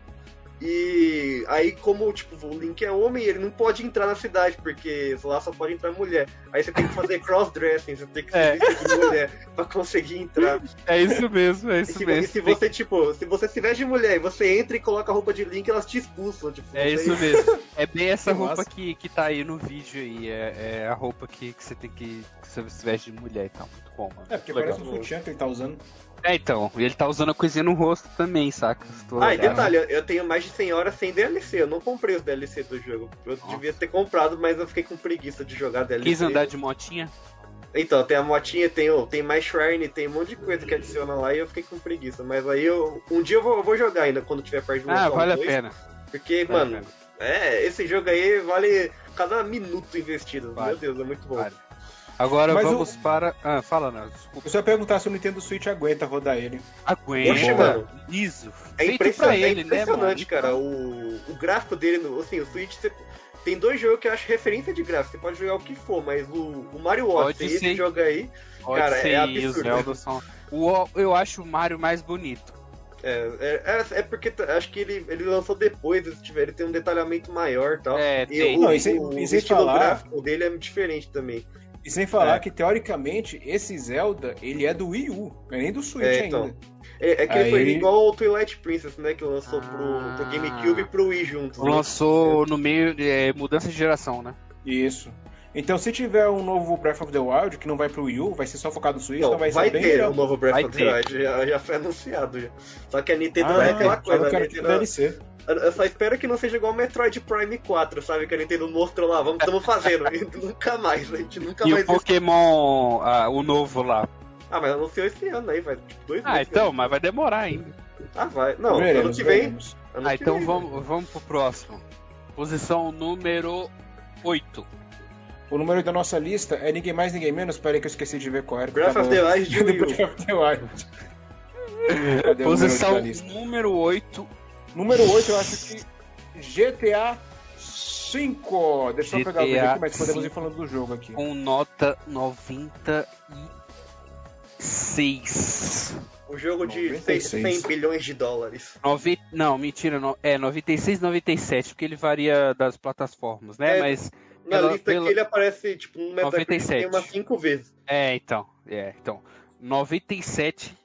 Speaker 3: E aí, como tipo, o Link é homem, ele não pode entrar na cidade, porque lá só pode entrar mulher. Aí você tem que fazer cross-dressing, você tem que se
Speaker 4: É.
Speaker 3: vestir de mulher pra conseguir entrar.
Speaker 4: É isso mesmo, é
Speaker 3: E
Speaker 4: isso
Speaker 3: se,
Speaker 4: mesmo.
Speaker 3: e se você, tipo, se você se veste de mulher e você entra e coloca a roupa de Link, elas te expulsam. Tipo,
Speaker 4: É
Speaker 3: não
Speaker 4: isso
Speaker 3: tem-
Speaker 4: mesmo. É bem essa
Speaker 2: Que
Speaker 4: roupa
Speaker 2: massa.
Speaker 4: que, que tá aí no vídeo aí. É, é a roupa que, que você tem que. que você se veste de mulher e tal. Muito bom, mano.
Speaker 2: É, porque
Speaker 4: Legal.
Speaker 2: parece um sutiã que ele tá usando.
Speaker 4: É, então. E ele tá usando a coisinha no rosto também, saca? Se tu
Speaker 3: Ah, e
Speaker 4: olhar.
Speaker 3: detalhe, eu- eu tenho mais de 100 horas sem DLC, eu não comprei os DLC do jogo. Eu
Speaker 4: Nossa.
Speaker 3: devia ter comprado, mas eu fiquei com preguiça de jogar DLC.
Speaker 4: Quis andar de motinha?
Speaker 3: Então, tem a motinha, tem, o- tem mais Shrine, tem um monte de coisa que adiciona lá e eu fiquei com preguiça. Mas aí eu. Um dia eu vou, eu vou jogar ainda quando tiver perto de
Speaker 4: Ah,
Speaker 3: lançar o
Speaker 4: vale a
Speaker 3: um dois,
Speaker 4: pena.
Speaker 3: Porque,
Speaker 4: Vale a
Speaker 3: mano,
Speaker 4: pena.
Speaker 3: é, esse jogo aí vale cada minuto investido.
Speaker 4: Vale.
Speaker 3: Meu Deus, é muito bom.
Speaker 4: Vale. Agora
Speaker 2: Mas
Speaker 4: vamos para. Ah, fala, não. Desculpa.
Speaker 2: Eu só ia perguntar se o Nintendo Switch aguenta rodar ele.
Speaker 4: Aguenta.
Speaker 3: Oxe, mano.
Speaker 4: Liso.
Speaker 3: É
Speaker 4: Feito
Speaker 3: impressionante,
Speaker 4: pra ele,
Speaker 3: é impressionante
Speaker 4: né, mano?
Speaker 3: cara. O, o gráfico dele, no- assim, o Switch, você- tem dois jogos que eu acho referência de gráfico. Você pode jogar o que for, mas o, o Mario
Speaker 4: Pode
Speaker 3: Odyssey, esse
Speaker 4: ser.
Speaker 3: jogo aí,
Speaker 4: Pode
Speaker 3: cara,
Speaker 4: ser
Speaker 3: é
Speaker 4: isso,
Speaker 3: absurdo.
Speaker 4: Zelda são- O, eu acho o Mario mais bonito.
Speaker 3: é, é, é- é porque t- acho que ele, ele lançou depois, se tiver- ele tem um detalhamento maior e tal.
Speaker 4: É,
Speaker 3: E
Speaker 4: tem.
Speaker 3: o,
Speaker 2: Não, e sem-
Speaker 3: o
Speaker 2: e sem
Speaker 3: estilo
Speaker 2: falar-
Speaker 3: gráfico dele é diferente também.
Speaker 2: E sem falar
Speaker 4: É.
Speaker 2: que, teoricamente, esse Zelda, ele é do Wii U, não é nem do Switch
Speaker 3: É, então.
Speaker 2: ainda.
Speaker 3: É, é que ele foi
Speaker 2: Aí-
Speaker 3: igual ao Twilight Princess, né? Que lançou pro,
Speaker 4: Ah.
Speaker 3: pro GameCube e pro Wii juntos. né?
Speaker 4: Lançou no meio de é, mudança de geração, né?
Speaker 2: Isso. Então, se tiver um novo Breath of the Wild, que não vai pro Wii U, vai ser só focado no Switch,
Speaker 3: Não,
Speaker 2: então vai,
Speaker 3: vai,
Speaker 2: ser bem
Speaker 3: ter
Speaker 2: melhor.
Speaker 3: o novo Breath
Speaker 4: Vai
Speaker 3: of the Wild, já, já foi anunciado. já. Só que a Nintendo
Speaker 2: Ah,
Speaker 3: é aquela
Speaker 2: só
Speaker 3: coisa.
Speaker 2: eu
Speaker 3: a
Speaker 2: quero tipo
Speaker 3: Nintendo-
Speaker 2: DLC.
Speaker 3: Eu- Eu só espero que não seja igual o Metroid Prime 4, sabe? Que a Nintendo mostrou lá, vamos, estamos fazendo. E nunca mais, a gente nunca
Speaker 4: E
Speaker 3: mais.
Speaker 4: o Pokémon, ah, o novo lá.
Speaker 3: Ah, mas anunciou esse ano aí, vai. Tipo, dois
Speaker 4: Ah,
Speaker 3: meses.
Speaker 4: então, mas vai demorar ainda.
Speaker 3: Ah, vai. Não, ano
Speaker 2: veremos,
Speaker 3: que vem.
Speaker 2: veremos.
Speaker 3: Ano
Speaker 4: Ah,
Speaker 3: que
Speaker 4: então
Speaker 3: vem. né?
Speaker 4: vamos, vamos pro próximo. Posição número 8.
Speaker 2: O número da nossa lista é ninguém mais, ninguém menos. Peraí que eu esqueci de ver qual era. que
Speaker 3: Breath
Speaker 2: tava-
Speaker 3: of the Wild de
Speaker 2: do
Speaker 3: Wii U.
Speaker 2: Breath of the Wild. Cadê o
Speaker 4: Posição
Speaker 2: número da lista?
Speaker 4: número 8.
Speaker 2: Número 8, eu acho que GTA V. Deixa eu só pegar o vídeo
Speaker 4: GTA
Speaker 2: aqui, mas podemos ir
Speaker 4: V.
Speaker 2: falando do jogo aqui.
Speaker 4: Com nota 96.
Speaker 3: O um jogo de
Speaker 2: 96.
Speaker 3: 100 bilhões de dólares.
Speaker 4: Novi... Não, mentira. No... É 96, 97. Porque ele varia das plataformas, né?
Speaker 3: É.
Speaker 4: Mas.
Speaker 3: Na
Speaker 4: Pela-
Speaker 3: lista
Speaker 4: pela-
Speaker 3: que ele aparece, tipo, no Metacritic
Speaker 4: 97.
Speaker 3: tem umas 5 vezes.
Speaker 4: É, então. É, então. 97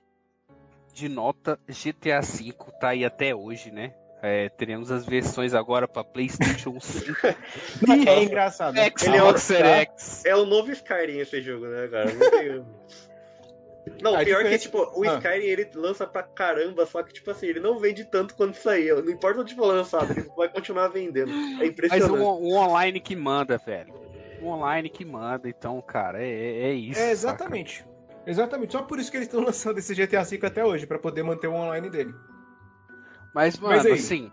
Speaker 4: de nota GTA V tá aí até hoje, né? É, teremos as versões agora pra PlayStation 5 e
Speaker 2: É engraçado.
Speaker 3: Ele é outro,
Speaker 4: Xbox Series X.
Speaker 3: É o novo Skyrim esse jogo, né, cara? Não tem... Não,
Speaker 2: A
Speaker 3: pior
Speaker 2: diferença-
Speaker 3: que, tipo, o
Speaker 2: Ah.
Speaker 3: Skyrim ele lança pra caramba, só que, tipo assim, ele não vende tanto quanto sair. Não importa onde for lançado, ele vai continuar vendendo. É
Speaker 4: Mas um o,
Speaker 3: impressionante.
Speaker 4: o online que manda, velho. O online que manda, então, cara, é, é isso.
Speaker 2: É,
Speaker 4: saca?
Speaker 2: exatamente. Exatamente. Só por isso que eles estão lançando esse GTA V até hoje, pra poder manter o online dele.
Speaker 4: Mas, mano,
Speaker 2: Mas aí?
Speaker 4: assim.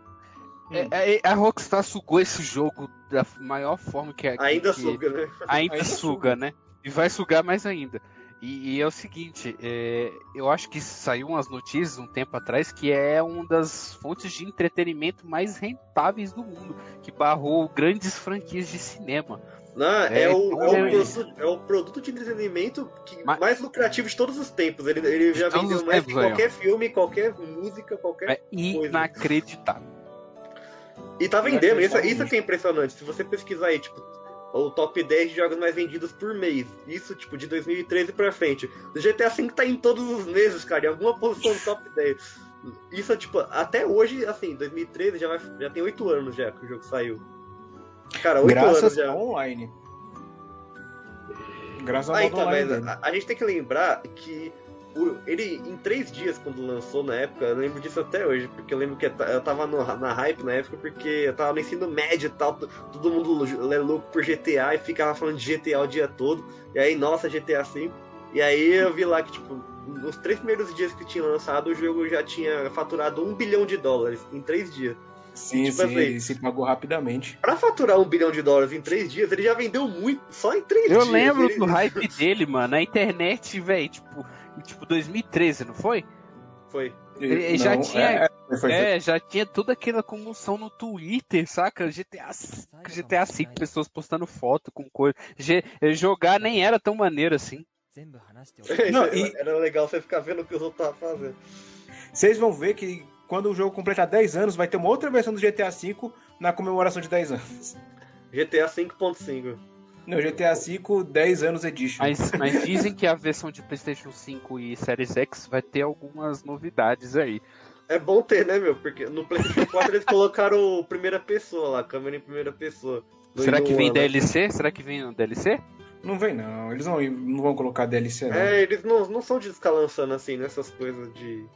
Speaker 3: Hum.
Speaker 4: é- é- a Rockstar sugou esse jogo da maior forma que que-
Speaker 3: Ainda
Speaker 4: que-
Speaker 3: suga, né?
Speaker 4: ainda,
Speaker 2: Ainda
Speaker 4: suga, né? E vai sugar mais ainda. E, e é o seguinte, é, eu acho que saiu umas notícias um tempo atrás que é uma das fontes de entretenimento mais rentáveis do mundo, que barrou grandes franquias de cinema.
Speaker 3: Não, é,
Speaker 4: É,
Speaker 3: o, é, o
Speaker 4: então-
Speaker 3: produto, é o produto de entretenimento que
Speaker 4: Mas-
Speaker 3: mais lucrativo de todos os tempos. Ele, ele
Speaker 4: De
Speaker 3: já
Speaker 4: todos
Speaker 3: vendeu
Speaker 4: os
Speaker 3: mais que
Speaker 4: tempos, aí, ó.
Speaker 3: qualquer filme, qualquer música, qualquer.
Speaker 4: É inacreditável.
Speaker 3: E tá
Speaker 2: Eu
Speaker 3: vendendo,
Speaker 2: acho
Speaker 3: isso,
Speaker 2: que é só
Speaker 3: isso
Speaker 2: um
Speaker 3: que é impressionante. Se você pesquisar aí, tipo, o top 10 de jogos mais vendidos por mês, isso, tipo, de 2013 pra frente. O GTA V tá em todos os meses, cara, em alguma posição do top 10. Isso, tipo, até hoje, assim, 2013 já, vai, já tem 8 anos já que o jogo saiu. Cara, 8 É anos
Speaker 2: Graças
Speaker 3: já.
Speaker 2: ao online. Graças ao
Speaker 3: Ah,
Speaker 2: modo
Speaker 3: então,
Speaker 2: online
Speaker 3: mas
Speaker 2: dele.
Speaker 3: a, a gente tem que lembrar que o- ele, em três dias, quando lançou na época, eu lembro disso até hoje, porque eu lembro que eu ta- eu tava no- na hype na época, porque eu tava no ensino médio e tal, t- todo mundo lo- é louco por GTA e ficava falando de GTA o dia todo, e aí, nossa, GTA V. E aí eu vi lá que, tipo, nos três primeiros dias que tinha lançado, o jogo já tinha faturado um bilhão de dólares em três dias.
Speaker 2: Sim,
Speaker 3: tipo
Speaker 2: sim,
Speaker 3: assim.
Speaker 2: ele se pagou rapidamente.
Speaker 3: Pra faturar um bilhão de dólares em três dias, ele já vendeu muito, só em três
Speaker 4: Eu
Speaker 3: dias.
Speaker 4: lembro
Speaker 3: Ele-
Speaker 4: do hype dele, mano, na internet, velho, tipo, tipo 2013, não foi?
Speaker 3: Foi.
Speaker 4: Ele já
Speaker 2: Não,
Speaker 4: tinha-
Speaker 2: é, é, foi-
Speaker 4: É, já tinha toda aquela comoção no Twitter, saca? GTA, s- GTA V, pessoas postando foto com coisa. G- eh, jogar nem era tão maneiro assim.
Speaker 2: Não,
Speaker 3: Era-
Speaker 2: e-
Speaker 3: Era legal você ficar vendo o que os outros estavam fazendo.
Speaker 4: é.
Speaker 2: Vocês vão ver que quando o jogo completar 10 anos, vai ter uma outra versão do GTA V na comemoração de 10 anos.
Speaker 3: GTA 5.5.
Speaker 2: Não, GTA V 10 anos Edition.
Speaker 4: Mas, mas dizem que a versão de PlayStation 5 e Series X vai ter algumas novidades aí.
Speaker 3: É bom ter, né, meu? Porque no PlayStation 4 eles colocaram o primeira pessoa lá, câmera em primeira pessoa. No
Speaker 4: Será
Speaker 3: In
Speaker 4: que vem
Speaker 3: One,
Speaker 4: DLC? Será que vem um DLC?
Speaker 2: Não vem não, eles não, não vão colocar DLC não.
Speaker 3: né? É, eles não, não são descalançando assim nessas coisas de.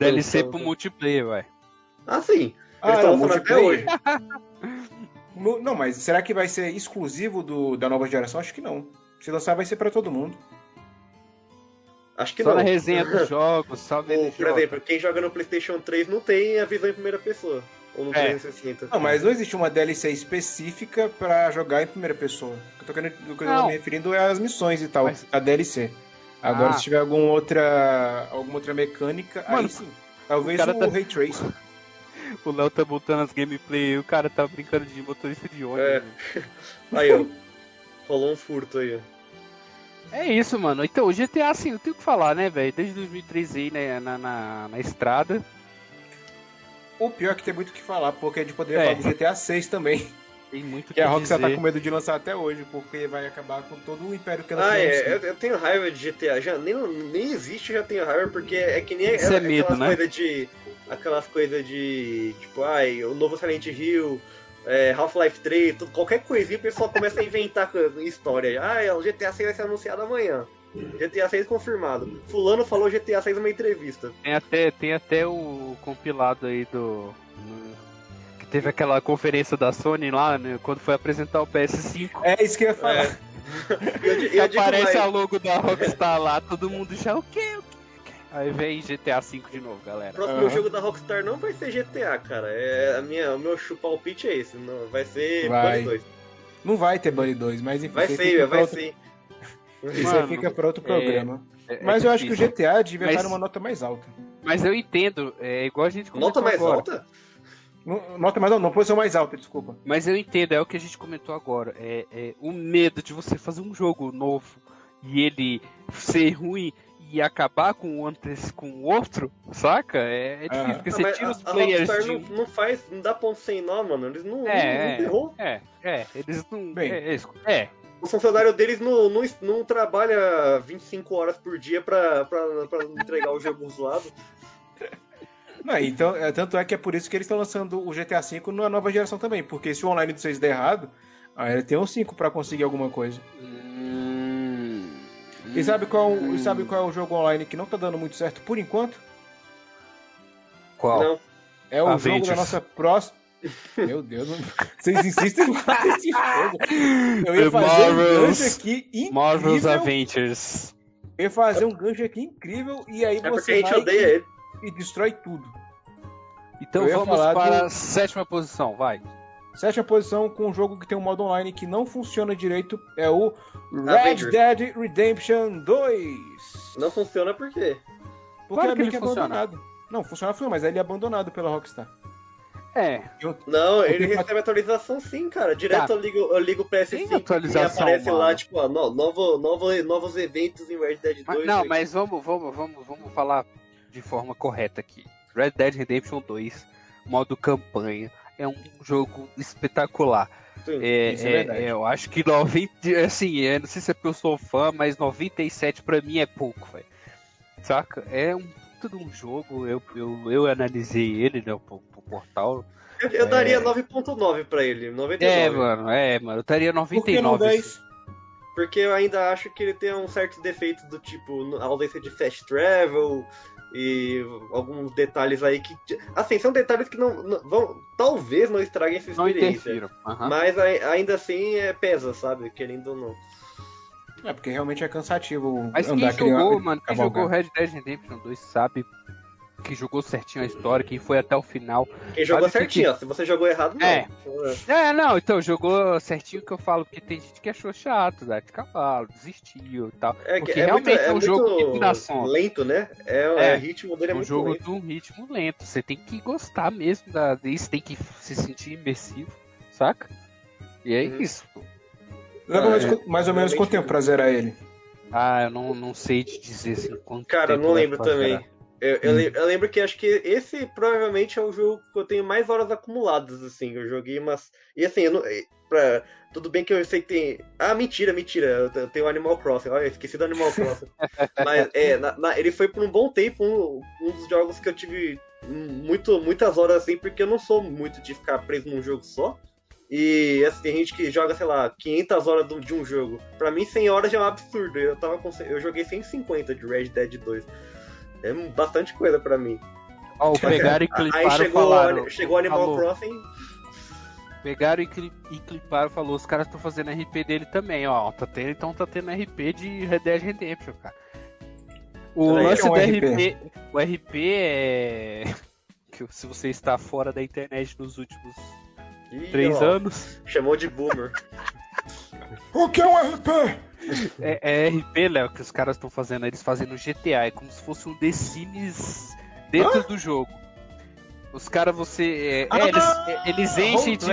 Speaker 4: DLC pro
Speaker 3: expansão. né?
Speaker 4: multiplayer, vai.
Speaker 3: Ah, sim.
Speaker 2: Ah,
Speaker 3: eles
Speaker 2: é,
Speaker 3: estão
Speaker 2: o
Speaker 3: lançando até hoje.
Speaker 2: multiplayer? Mu- Não, mas será que vai ser exclusivo do, da nova geração? Acho que não. Se lançar, vai ser pra todo mundo.
Speaker 3: Acho que
Speaker 4: Só
Speaker 3: não.
Speaker 4: na resenha dos jogos, só
Speaker 3: Ou, por
Speaker 4: VLJ.
Speaker 3: exemplo, quem joga no PlayStation 3 não tem a visão em primeira pessoa. Ou no
Speaker 4: É.
Speaker 3: 360.
Speaker 2: Não, mas não existe uma DLC específica pra jogar em primeira pessoa. O que eu tô, querendo, o que eu tô
Speaker 4: Não.
Speaker 2: me referindo é às missões e tal,
Speaker 4: Mas-
Speaker 2: a DLC. Agora,
Speaker 4: Ah.
Speaker 2: se tiver alguma outra, alguma outra mecânica, aí
Speaker 4: Mano,
Speaker 2: sim. Talvez
Speaker 4: o
Speaker 2: o,
Speaker 4: cara tá-
Speaker 2: Ray Tracing.
Speaker 4: O Léo tá botando as gameplay e o cara tá brincando de motorista de
Speaker 3: É.
Speaker 4: ônibus.
Speaker 3: Aí, ó. Rolou um furto aí, ó.
Speaker 4: É isso, mano. Então, o GTA, assim, eu tenho o que falar, né, velho? Desde 2013 aí né, na, na, na estrada.
Speaker 2: O pior é que tem muito o que falar, porque a gente poderia
Speaker 4: É.
Speaker 2: falar do GTA 6 também.
Speaker 4: Tem muito o
Speaker 2: Que
Speaker 4: que
Speaker 2: a Rockstar tá
Speaker 4: dizer.
Speaker 2: com medo de lançar até hoje, porque vai acabar com todo o império que ela
Speaker 3: Ah,
Speaker 2: tem.
Speaker 3: é, eu, eu tenho raiva de GTA. Já, nem, nem existe, eu já tenho raiva, porque é que nem
Speaker 4: Isso é medo,
Speaker 3: aquelas
Speaker 4: né?
Speaker 3: coisas de. Aquelas coisas de. Tipo, ai, o novo Silent Hill, é, Half-Life 3, tudo- qualquer coisinha o pessoal começa a inventar co- história. Ah, o GTA 6 vai ser anunciado amanhã. GTA 6 confirmado. Fulano falou GTA 6 numa entrevista.
Speaker 4: Tem até, tem até o compilado aí do. do- que teve aquela conferência da Sony lá, né? Quando foi apresentar o PS5.
Speaker 2: É isso que eu ia falar.
Speaker 3: E eu, di-
Speaker 4: que
Speaker 3: eu digo
Speaker 4: aparece
Speaker 3: mais,
Speaker 4: a logo da Rockstar lá, todo mundo já, o quê? O quê? Aí vem GTA V de novo,
Speaker 3: o
Speaker 4: galera.
Speaker 3: próximo
Speaker 2: Aham.
Speaker 3: jogo da Rockstar não vai ser GTA, cara. É, a minha, o meu chu- palpite é esse. Não, vai ser
Speaker 2: Vai.
Speaker 3: Play 2.
Speaker 2: Não vai ter Bunny 2, mas enfim.
Speaker 3: Vai
Speaker 2: isso aí
Speaker 3: ser,
Speaker 2: fica
Speaker 3: meu,
Speaker 2: pra
Speaker 3: vai
Speaker 2: outro-
Speaker 3: ser.
Speaker 2: Isso aí
Speaker 4: Mano,
Speaker 2: fica pra outro
Speaker 4: é-
Speaker 2: programa.
Speaker 4: É- é
Speaker 2: Mas eu acho que o
Speaker 4: difícil.
Speaker 2: GTA devia
Speaker 4: Mas-
Speaker 2: estar numa nota mais alta.
Speaker 4: Mas eu entendo, é igual a gente
Speaker 3: Nota
Speaker 4: comentou
Speaker 3: mais
Speaker 4: agora.
Speaker 3: alta?
Speaker 2: No- Nota mais alta, não, posição mais alta, desculpa.
Speaker 4: Mas eu entendo, é o que a gente comentou agora. É, é o medo de você fazer um jogo novo e ele ser ruim e acabar com o antes com o outro, saca? É, é difícil,
Speaker 2: Aham.
Speaker 4: porque
Speaker 3: Ah,
Speaker 4: você
Speaker 3: mas
Speaker 4: tira os
Speaker 3: a- a
Speaker 4: players
Speaker 3: Rockstar
Speaker 4: de
Speaker 3: não,
Speaker 4: um-
Speaker 3: não faz, não dá ponto sem nó, mano. Eles não, não, não
Speaker 4: É,
Speaker 3: ferrou.
Speaker 4: é, é, eles não.
Speaker 2: Bem.
Speaker 4: é, é, isso. é,
Speaker 3: O funcionário deles não, não, não trabalha 25 horas por dia pra, pra, pra entregar o jogo zoado.
Speaker 2: Não, então, é, tanto é que é por isso que eles estão lançando o GTA V na nova geração também, porque se o online do 6 der errado, aí ele tem um 5 pra conseguir alguma coisa.
Speaker 3: Hum.
Speaker 2: E sabe qual, e sabe qual é o jogo online que não tá dando muito certo por enquanto?
Speaker 4: qual?
Speaker 3: Não.
Speaker 2: É o jogo
Speaker 4: Avengers.
Speaker 2: da nossa próxima. Meu Deus, não- vocês insistem lá nesse jogo. Eu ia
Speaker 4: The
Speaker 2: fazer um
Speaker 4: Marvels-
Speaker 2: gancho aqui
Speaker 4: Marvel's
Speaker 2: incrível.
Speaker 4: Avengers.
Speaker 2: Eu ia fazer um gancho aqui incrível e aí
Speaker 3: É porque a
Speaker 2: você
Speaker 3: gente
Speaker 2: vai
Speaker 3: odeia ele.
Speaker 2: e destrói tudo.
Speaker 4: Então
Speaker 2: Eu ia
Speaker 4: vamos
Speaker 2: falar
Speaker 4: para
Speaker 3: um
Speaker 2: do-
Speaker 4: a sétima posição, vai.
Speaker 2: Sétima posição com um jogo que tem um modo online que não funciona direito é o Red
Speaker 3: Avengers.
Speaker 2: Dead Redemption 2.
Speaker 3: Não funciona por quê?
Speaker 2: Porque
Speaker 4: Claro
Speaker 2: é
Speaker 4: que
Speaker 2: meio
Speaker 4: ele
Speaker 2: que
Speaker 4: funciona.
Speaker 2: abandonado. Não, funciona, funciona, mas ele é abandonado pela Rockstar.
Speaker 4: É,
Speaker 3: Não,
Speaker 2: Porque
Speaker 3: ele
Speaker 2: pra-
Speaker 3: recebe atualização sim, cara. Direto
Speaker 4: Tá.
Speaker 3: eu ligo, eu ligo o PS5
Speaker 4: Tem
Speaker 3: e
Speaker 4: atualização,
Speaker 3: aparece lá,
Speaker 4: mano.
Speaker 3: tipo, ó, no- novo, novo, novos eventos em Red Dead 2.
Speaker 4: Mas- não,
Speaker 3: né?
Speaker 4: mas vamos, vamos, vamos, vamos falar de forma correta aqui. Red Dead Redemption 2, modo campanha, é um jogo espetacular.
Speaker 3: Sim,
Speaker 4: É,
Speaker 2: isso é
Speaker 4: é-
Speaker 2: verdade.
Speaker 4: é, eu acho que 90, assim, é, não sei se é porque eu sou fã, mas 97 pra mim é pouco, velho. Saca? É um puta de um jogo, eu, eu, eu analisei ele, né, pro, pro portal.
Speaker 3: Eu, eu daria
Speaker 4: é.
Speaker 3: 9.9 pra ele,
Speaker 4: É,
Speaker 3: 99.
Speaker 4: mano, é, mano, eu estaria
Speaker 2: Por que não
Speaker 4: 99.
Speaker 2: 10?
Speaker 3: Porque eu ainda acho que ele tem um certo defeito do tipo a ausência de fast travel e alguns detalhes aí que. Assim, são detalhes que não, não- vão. Talvez não estraguem essa
Speaker 4: Não
Speaker 3: experiência.
Speaker 4: interfiram. Aham.
Speaker 3: Mas ai- ainda assim é, pesa, sabe? Querendo ou não.
Speaker 2: É, porque realmente é cansativo
Speaker 4: Mas quem
Speaker 2: andar aquele-
Speaker 4: jogou, mano, quem
Speaker 2: cavalgar.
Speaker 4: jogou Red Dead Redemption 2 sabe que jogou certinho a história, quem foi até o final.
Speaker 3: Quem jogou
Speaker 4: o que
Speaker 3: certinho, ó, se você jogou errado, não.
Speaker 4: É. É, não, então jogou certinho que eu falo, porque tem gente que achou chato, né, de cavalo, desistiu e tal.
Speaker 3: É, que-
Speaker 4: Porque
Speaker 3: é
Speaker 4: realmente
Speaker 3: muito,
Speaker 4: é um jogo
Speaker 3: muito
Speaker 4: que dá sono.
Speaker 3: lento, né? É,
Speaker 4: É.
Speaker 3: é, o ritmo dele é
Speaker 4: É um
Speaker 3: muito
Speaker 4: jogo
Speaker 3: lento.
Speaker 4: de um ritmo lento. Você tem que gostar mesmo da, disso, tem que se sentir imersivo, saca? E é
Speaker 3: Uhum.
Speaker 4: isso.
Speaker 2: Leva mais,
Speaker 3: Ah,
Speaker 2: co- mais ou menos
Speaker 3: Realmente
Speaker 2: quanto tempo
Speaker 3: foi.
Speaker 2: pra zerar ele?
Speaker 4: Ah, eu não, não sei te dizer assim, quanto
Speaker 3: Cara, eu
Speaker 4: tempo
Speaker 3: não
Speaker 4: vai
Speaker 3: lembro
Speaker 4: passar.
Speaker 3: também. Eu, eu
Speaker 2: Hum.
Speaker 3: le- eu lembro que acho que esse provavelmente é o jogo que eu tenho mais horas acumuladas, assim. Eu joguei umas. E assim, eu não. e- pra- Tudo bem que eu sei que tem. Ah, mentira, mentira. Eu te- eu tenho Animal Crossing. Olha, eu esqueci do Animal Crossing. Mas é, na- na- ele foi por um bom tempo um, um dos jogos que eu tive muito, muitas horas assim, porque eu não sou muito de ficar preso num jogo só. E assim, tem gente que joga, sei lá, 500 horas do- de um jogo. Pra mim, 100 horas já é um absurdo. Eu, tava com, eu joguei 150 de Red Dead 2. É bastante coisa pra mim.
Speaker 4: Ó, pegaram e
Speaker 3: Aí
Speaker 4: cliparam e
Speaker 3: chegou,
Speaker 4: falaram.
Speaker 3: chegou Animal
Speaker 4: falou.
Speaker 3: Crossing.
Speaker 4: Pegaram e, cli e cliparam, falou, os caras estão fazendo RP dele também, ó. Tá tendo, então tá tendo RP de Red Dead Redemption, cara. O
Speaker 3: Peraí,
Speaker 4: lance
Speaker 2: que é um
Speaker 4: do
Speaker 2: RP?
Speaker 4: RP. O RP é. que se você está fora da internet nos últimos
Speaker 3: Ih,
Speaker 4: três
Speaker 3: ó,
Speaker 4: anos,
Speaker 3: Chamou de boomer.
Speaker 2: O que é um RP?
Speaker 4: é, é RP, Léo, que os caras estão fazendo. Eles fazem no GTA, é como se fosse um The Sims dentro do jogo. Os caras, você. É, é, eles, é, eles enchem de
Speaker 2: Ah,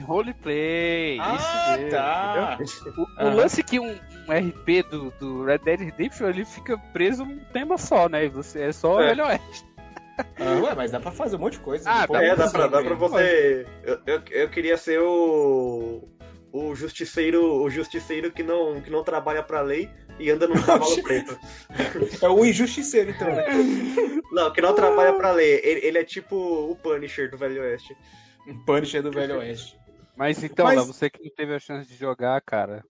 Speaker 2: roleplay. tá.
Speaker 4: mod, roleplay. é
Speaker 2: Ah,
Speaker 4: isso mesmo, entendeu?
Speaker 3: Ah,
Speaker 4: O, o
Speaker 2: Aham.
Speaker 4: lance é que um, um RP do, do Red Dead Redemption ele fica preso num tema só, né? E Você é só
Speaker 3: É.
Speaker 4: o Velho Oeste.
Speaker 2: Ah, ué, mas dá pra fazer um monte de coisa.
Speaker 4: Ah,
Speaker 2: Pô,
Speaker 4: Tá
Speaker 3: é,
Speaker 4: bom,
Speaker 3: dá
Speaker 4: sim,
Speaker 3: pra, dá
Speaker 4: né?
Speaker 3: pra você. Eu, eu, eu queria ser o. O justiceiro, o justiceiro que não, que não trabalha pra lei e anda num cavalo preto.
Speaker 2: É o injusticeiro, então, né?
Speaker 3: Não, que não trabalha pra lei. Ele, ele é tipo o Punisher do Velho Oeste.
Speaker 2: Um Punisher do Velho Oeste.
Speaker 4: Mas então,
Speaker 2: Mas-
Speaker 4: Léo, você que não teve a chance de jogar, cara.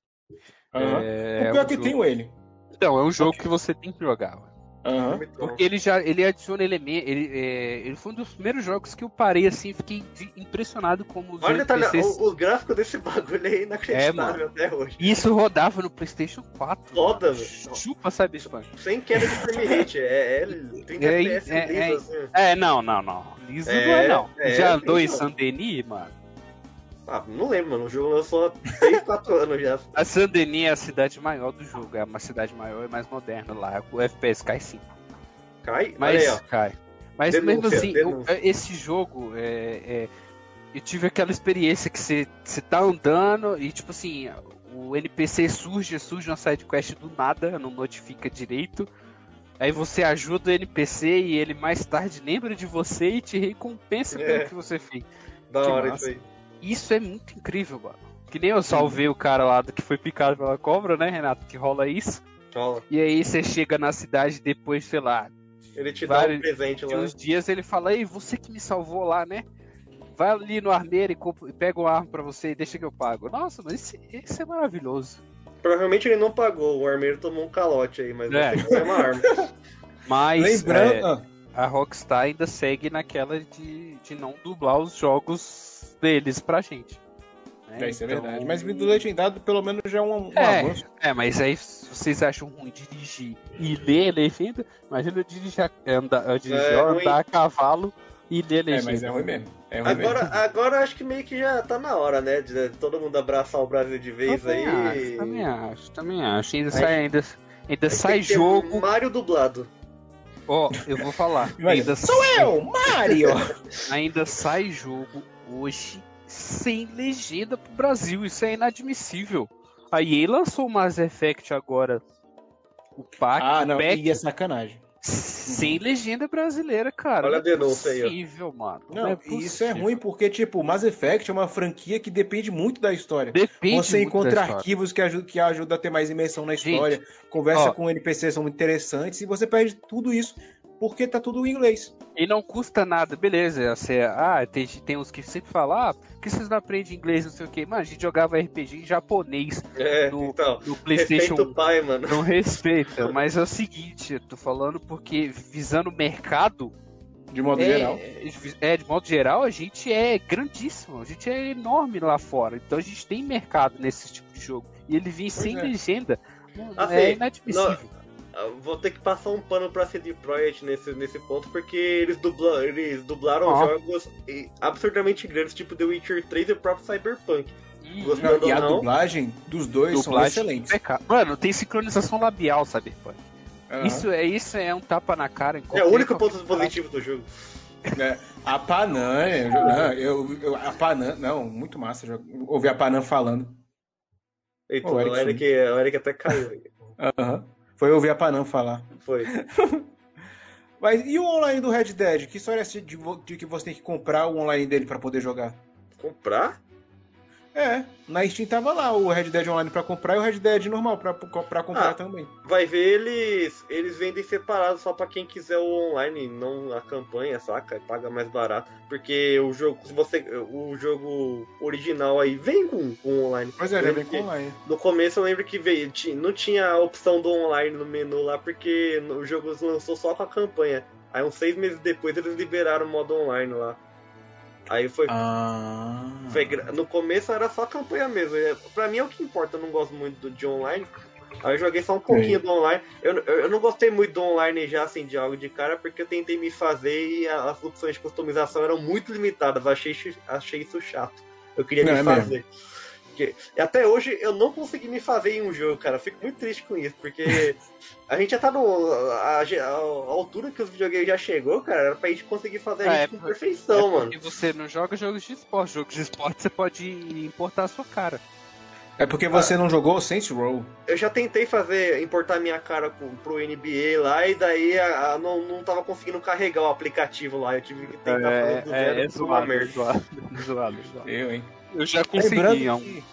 Speaker 2: Aham.
Speaker 4: É,
Speaker 2: o
Speaker 4: é
Speaker 2: pior
Speaker 4: um
Speaker 2: que
Speaker 4: jogo-
Speaker 2: tenho ele.
Speaker 4: Então, é um jogo que você tem que jogar.
Speaker 2: Aham.
Speaker 3: É Muito bom.
Speaker 4: Porque ele já ele adiciona elementos. Ele, é, ele foi um dos primeiros jogos que eu parei assim e fiquei de- impressionado como os
Speaker 3: Olha o detalhe,
Speaker 4: NPCs.
Speaker 3: o, o gráfico desse bagulho é inacreditável até hoje.
Speaker 4: Isso rodava no PlayStation 4.
Speaker 3: Foda,
Speaker 4: mano.
Speaker 3: velho.
Speaker 4: Chupa Cyberpunk.
Speaker 3: Sem queda de frame rate. É, é 30
Speaker 4: É,
Speaker 3: FPS
Speaker 4: é,
Speaker 3: liso,
Speaker 4: é.
Speaker 3: assim.
Speaker 4: É, não, não, não. Liso
Speaker 3: É,
Speaker 4: não é, não.
Speaker 3: é,
Speaker 4: já andou em
Speaker 3: então.
Speaker 4: Saint-Denis, mano?
Speaker 3: Ah, não lembro, mano. O jogo lançou há 3, 4 anos já.
Speaker 4: A Saint-Denis é a cidade maior do jogo, é uma cidade maior e mais moderna lá. O FPS cai sim.
Speaker 3: Cai?
Speaker 4: Mas
Speaker 3: Olha aí, ó.
Speaker 4: cai. Mas
Speaker 3: Denúncia,
Speaker 4: mesmo assim, eu-
Speaker 3: denúncia.
Speaker 4: esse jogo é, é, eu tive aquela experiência que você você tá andando e tipo assim, o NPC surge, surge uma side quest do nada, não notifica direito. Aí você ajuda o NPC e ele mais tarde lembra de você e te recompensa
Speaker 3: É.
Speaker 4: pelo que você fez.
Speaker 3: Da
Speaker 4: que
Speaker 3: hora
Speaker 4: massa.
Speaker 3: isso aí.
Speaker 4: Isso é muito incrível, mano. Que nem eu salvei o cara lá do que foi picado pela cobra, né, Renato? Que rola isso.
Speaker 3: Ó,
Speaker 4: E aí você chega na cidade depois, sei lá,
Speaker 3: Ele te dá
Speaker 4: Vários-
Speaker 3: um presente
Speaker 4: de
Speaker 3: lá.
Speaker 4: uns dias ele fala, ei, você que me salvou lá, né? Vai ali no armeiro e, compra- e pega uma arma pra você e deixa que eu pago. Nossa, mas isso, isso é maravilhoso.
Speaker 3: Provavelmente ele não pagou, o armeiro tomou um calote aí, mas
Speaker 4: É.
Speaker 3: é. você é uma arma.
Speaker 4: Mas
Speaker 2: Lembrando.
Speaker 4: é,
Speaker 2: ah,
Speaker 4: a Rockstar ainda segue naquela de, de não dublar os jogos deles pra gente. né?
Speaker 2: é, isso é
Speaker 4: Então-
Speaker 2: verdade. Mas Brito Legendado, pelo menos, já é um, um
Speaker 4: É.
Speaker 2: avanço.
Speaker 4: É, mas aí se vocês acham ruim dirigir e ler legenda, imagina eu dirigir, a- andar, eu dirigir,
Speaker 3: É,
Speaker 4: eu
Speaker 3: ruim.
Speaker 4: andar a cavalo e ler
Speaker 2: É,
Speaker 4: legenda.
Speaker 2: mas é ruim mesmo. É ruim
Speaker 3: Agora, agora acho que meio que já tá na hora, né? De todo mundo abraçar o Brasil de vez
Speaker 4: também
Speaker 3: é aí.
Speaker 4: acho, também acho, também acho. Ainda
Speaker 3: Aí-
Speaker 4: sai, ainda, ainda
Speaker 3: Acho que
Speaker 4: tá sai
Speaker 3: tem que ter um
Speaker 4: jogo.
Speaker 3: Mario dublado.
Speaker 4: Ó, eu vou falar.
Speaker 2: mesmo.
Speaker 4: ainda, assim,
Speaker 2: Mas, sou eu, Mario!
Speaker 4: ainda sai jogo hoje sem legenda pro Brasil. Isso é inadmissível. A EA lançou o Mass Effect agora. O pack,
Speaker 2: ah, não,
Speaker 4: pack
Speaker 2: e é sacanagem.
Speaker 4: sem
Speaker 2: Uhum.
Speaker 4: legenda brasileira, cara.
Speaker 3: Olha a
Speaker 4: Não é
Speaker 3: denúncia aí, ó.
Speaker 4: possível, mano.
Speaker 2: Não,
Speaker 4: é
Speaker 2: e isso é
Speaker 4: possível.
Speaker 2: ruim porque, tipo, Mass Effect é uma franquia que depende muito da história.
Speaker 4: Depende
Speaker 2: Você
Speaker 4: muito
Speaker 2: encontra
Speaker 4: da história.
Speaker 2: arquivos que ajudam, que ajudam a ter mais imersão na
Speaker 4: Gente,
Speaker 2: história, conversa
Speaker 4: ó.
Speaker 2: com NPCs são muito interessantes e você perde tudo isso porque tá tudo em inglês.
Speaker 4: E não custa nada, beleza. Você, ah, tem, tem uns que sempre falam, ah, por que vocês não aprendem inglês, não sei o quê. Mano, a gente jogava RPG em japonês
Speaker 3: É,
Speaker 4: no,
Speaker 3: então.
Speaker 4: no PlayStation
Speaker 3: Respeita
Speaker 4: 1.
Speaker 3: o pai, mano.
Speaker 4: Não respeita, mas é o seguinte, eu tô falando porque visando o mercado,
Speaker 2: De modo
Speaker 4: é,
Speaker 2: geral.
Speaker 4: É, de modo geral, a gente é grandíssimo, a gente é enorme lá fora. Então a gente tem mercado nesse tipo de jogo. E ele vir sem
Speaker 2: é.
Speaker 4: legenda não-
Speaker 3: Assim,
Speaker 4: é inadmissível.
Speaker 3: Ah, Vou ter que passar um pano pra CD Projekt nesse, nesse ponto, porque eles, dubla, eles dublaram
Speaker 4: Ó.
Speaker 3: jogos eh, absurdamente grandes, tipo The Witcher 3 e o próprio Cyberpunk.
Speaker 4: Hum,
Speaker 3: Gostei.
Speaker 2: Não, e a
Speaker 3: Não, não.
Speaker 2: dublagem dos dois
Speaker 4: Dublagem.
Speaker 2: são excelentes.
Speaker 4: pecado. Mano, tem sincronização labial, sabe? pô?
Speaker 2: Aham.
Speaker 4: Isso, é, isso é um tapa na cara. em
Speaker 3: É
Speaker 4: qualquer-
Speaker 3: o único
Speaker 4: qualquer
Speaker 3: ponto
Speaker 4: parada.
Speaker 3: positivo do jogo.
Speaker 2: É, a Panam, é, não, eu, eu- a Panam, não, muito massa jo- ouvir a Panam falando.
Speaker 3: Então,
Speaker 2: O
Speaker 3: o
Speaker 2: Eric
Speaker 3: Eric, o Eric até caiu aí.
Speaker 2: Aham. Foi ouvir a Panam falar.
Speaker 3: Foi.
Speaker 2: Mas e o online do Red Dead? Que história é essa de, vo- de que você tem que comprar o online dele pra poder jogar?
Speaker 3: Comprar?
Speaker 2: É, na Steam tava lá o Red Dead Online pra comprar e o Red Dead normal pra, pra comprar
Speaker 3: Ah.
Speaker 2: também.
Speaker 3: Vai ver, eles, eles vendem separado só pra quem quiser o online, não a campanha, saca? Paga mais barato. Porque o jogo, se você. O jogo original aí vem com, com online.
Speaker 2: Pois é, já
Speaker 3: Lembra
Speaker 2: vem com
Speaker 3: que
Speaker 2: online.
Speaker 3: No começo eu lembro que veio, ti- não tinha a opção do online no menu lá, porque no- o jogo lançou só com a campanha. Aí uns seis meses depois eles liberaram o modo online lá. Aí foi.
Speaker 2: Ah.
Speaker 3: Foi gra- No começo era só campanha mesmo. É- Pra mim é o que importa, eu não gosto muito do, de online. Aí eu joguei só um pouquinho do online. Eu, eu, eu não gostei muito do online já, assim, de algo de cara, porque eu tentei me fazer e a- as opções de customização eram muito limitadas. Achei, chi- achei isso chato. Eu queria
Speaker 2: Não,
Speaker 3: me
Speaker 2: é mesmo.
Speaker 3: fazer. Porque- e até hoje eu não consegui me fazer em um jogo, cara. Eu Fico muito triste com isso, porque a gente já tá no. A, a- a altura que os videogames já chegou, cara, era pra gente conseguir fazer a
Speaker 4: É,
Speaker 3: gente com
Speaker 4: porque-
Speaker 3: perfeição,
Speaker 4: é
Speaker 3: mano.
Speaker 4: porque você não joga jogos de esporte. Jogos de esporte você pode importar a sua cara.
Speaker 2: É porque você não jogou Saints Row.
Speaker 3: eu já tentei fazer, importar minha cara pro, pro NBA lá, e daí a- a- não, não tava conseguindo carregar o aplicativo lá. Eu tive que tentar fazer do zero,
Speaker 4: é, é, é
Speaker 3: foi uma
Speaker 4: zoado, é
Speaker 3: merda.
Speaker 4: zoado, é zoado, é zoado.
Speaker 2: Eu, hein?
Speaker 4: Eu já consegui é um em
Speaker 2: lembrando,
Speaker 4: algum
Speaker 2: que,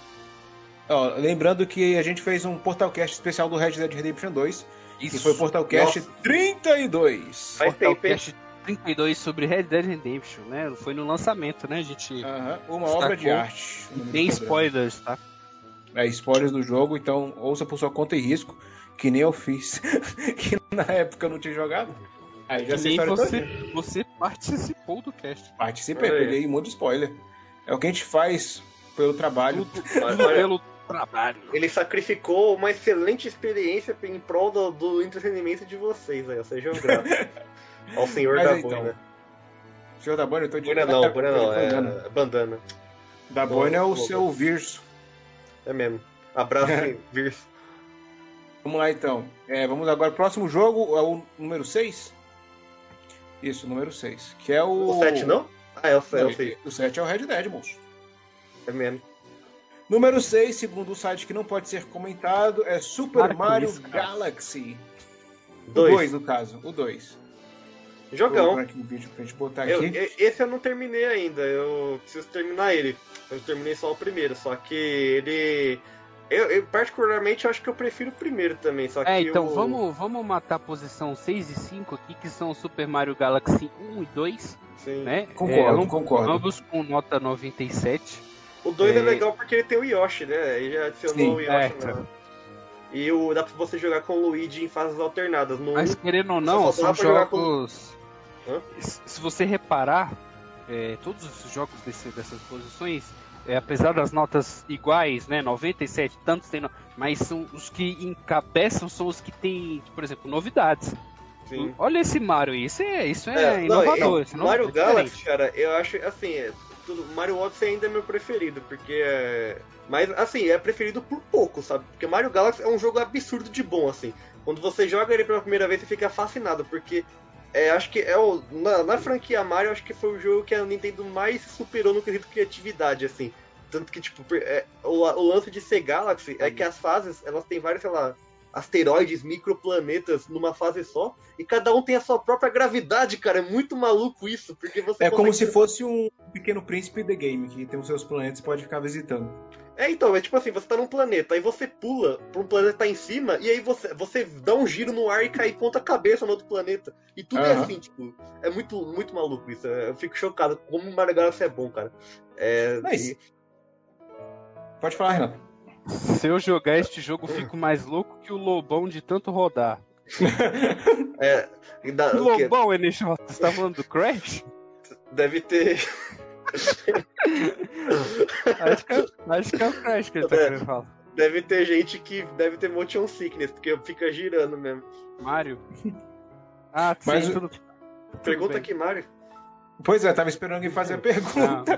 Speaker 2: Ó, lembrando que a gente fez um portalcast especial do Red Dead Redemption 2, que foi o portalcast 32.
Speaker 3: Faz
Speaker 4: Portal
Speaker 3: tempo, hein?
Speaker 4: Cast 32 sobre Red Dead Redemption, né? Foi no lançamento, né? A gente
Speaker 2: Aham, uma
Speaker 4: Destacou.
Speaker 2: obra de arte. o nome
Speaker 4: tem
Speaker 2: do programa.
Speaker 4: spoilers, tá?
Speaker 2: É, spoilers do jogo, então ouça por sua conta e risco, que nem eu fiz, que na época eu não tinha jogado. Aí já
Speaker 4: E
Speaker 2: sei a
Speaker 4: nem
Speaker 2: história toda.
Speaker 4: você, você participou do cast.
Speaker 2: Participei,
Speaker 3: Olha aí.
Speaker 2: peguei um monte de spoiler. É o que a gente faz pelo trabalho.
Speaker 3: Olha, olha,
Speaker 4: Pelo trabalho.
Speaker 3: ele sacrificou uma excelente experiência em prol do, do entretenimento de vocês, aí, ou seja, eu grato. Ao senhor
Speaker 2: Mas
Speaker 3: é da
Speaker 2: então,
Speaker 3: boina.
Speaker 2: Senhor da Boina, eu tô de é
Speaker 3: Boina não, boina não, é bandana.
Speaker 2: Da Boina é o
Speaker 3: Boa,
Speaker 2: seu Virso.
Speaker 3: É mesmo. Abraço, Virso.
Speaker 2: Vamos lá então. É, vamos agora. Próximo jogo é o número 6? Isso, número 6. Que é o.
Speaker 3: O 7 não? Ah, é o 7,
Speaker 2: Não,
Speaker 3: eu sei.
Speaker 2: O 7 é o Red Dead, moço.
Speaker 3: É mesmo.
Speaker 2: Número 6, segundo o site que não pode ser comentado, é Super
Speaker 4: Para com
Speaker 2: Mario
Speaker 4: isso, cara.
Speaker 2: Galaxy. O né? 2,
Speaker 3: 2.
Speaker 2: no caso. O 2. Vou
Speaker 3: Jogão.
Speaker 2: colocar aqui no vídeo pra gente botar
Speaker 3: Eu-
Speaker 2: aqui.
Speaker 3: e- esse eu não terminei ainda, eu preciso terminar ele. Eu terminei só o primeiro, só que ele. Eu, eu, particularmente eu acho que eu prefiro o primeiro também, só
Speaker 4: É,
Speaker 3: que
Speaker 4: então
Speaker 3: o-
Speaker 4: vamos, vamos matar a posição 6 e 5 aqui, que são Super Mario Galaxy 1 e 2,
Speaker 3: Sim.
Speaker 4: né? É,
Speaker 2: Concordo,
Speaker 4: ambos-
Speaker 2: concordo.
Speaker 4: ambos com nota 97.
Speaker 3: O 2 é...
Speaker 4: É.
Speaker 3: legal porque ele tem o Yoshi, né? Ele já adicionou
Speaker 2: Sim,
Speaker 3: o Yoshi
Speaker 4: é,
Speaker 3: na- E o, dá pra você jogar com o Luigi em fases alternadas. No
Speaker 4: Mas
Speaker 3: um-
Speaker 4: querendo ou
Speaker 3: Só
Speaker 4: não,
Speaker 3: faltava
Speaker 4: são
Speaker 3: jogar com-
Speaker 4: jogos.
Speaker 3: Hã?
Speaker 4: Se se você reparar, é, todos os jogos desse- dessas posições, é, apesar das notas iguais, né? 97, tantos tem. no- Mas são os que encabeçam são os que têm, por exemplo, novidades.
Speaker 3: um, Sim.
Speaker 4: Olha esse Mario aí, isso é, isso é,
Speaker 3: É, não,
Speaker 4: inovador.
Speaker 3: eu-
Speaker 4: isso não-
Speaker 3: Mario
Speaker 4: é
Speaker 3: Galaxy,
Speaker 4: diferente.
Speaker 3: cara, eu acho assim, é, tudo, Mario Odyssey ainda é meu preferido, porque é. Mas assim, é preferido por pouco, sabe? Porque Mario Galaxy é um jogo absurdo de bom, assim. Quando você joga ele pela primeira vez, você fica fascinado, porque é, acho que é o. Na, na franquia Mario, acho que foi o jogo que a Nintendo mais se superou no quesito criatividade, assim. Tanto que, tipo, per- é, o, o lance de ser Galaxy é que as fases, elas têm vários, sei lá, asteroides, microplanetas numa fase só, e cada um tem a sua própria gravidade, cara. É muito maluco isso, porque você
Speaker 2: É como
Speaker 3: consegue-
Speaker 2: se fosse um pequeno príncipe The Game, que tem os seus planetas e pode ficar visitando.
Speaker 3: É, então, é tipo assim, você tá num planeta, aí você pula pra um planeta que tá em cima, e aí você, você dá um giro no ar e cai ponta cabeça no outro planeta. E tudo é
Speaker 2: Aham.
Speaker 3: assim, tipo, é muito, muito maluco isso. é, Eu fico chocado como Mario Galaxy é bom, cara. É,
Speaker 2: Mas-
Speaker 3: e-
Speaker 2: Pode falar, Renato.
Speaker 4: Se eu jogar este jogo, eu fico mais louco que o Lobão de tanto rodar.
Speaker 3: é, e dá- o quê?
Speaker 4: Lobão, NJ, você tá falando do Crash?
Speaker 3: Deve ter.
Speaker 4: Acho que, é, acho que é o Crash que ele tá querendo falar.
Speaker 3: Deve ter gente que deve ter motion sickness, porque fica girando mesmo.
Speaker 4: Mario? Ah, sim,
Speaker 2: Mas-
Speaker 4: tudo, tudo
Speaker 3: Pergunta
Speaker 4: bem. Ah,
Speaker 3: aqui, Mario.
Speaker 2: Pois é, tava esperando alguém fazer a pergunta.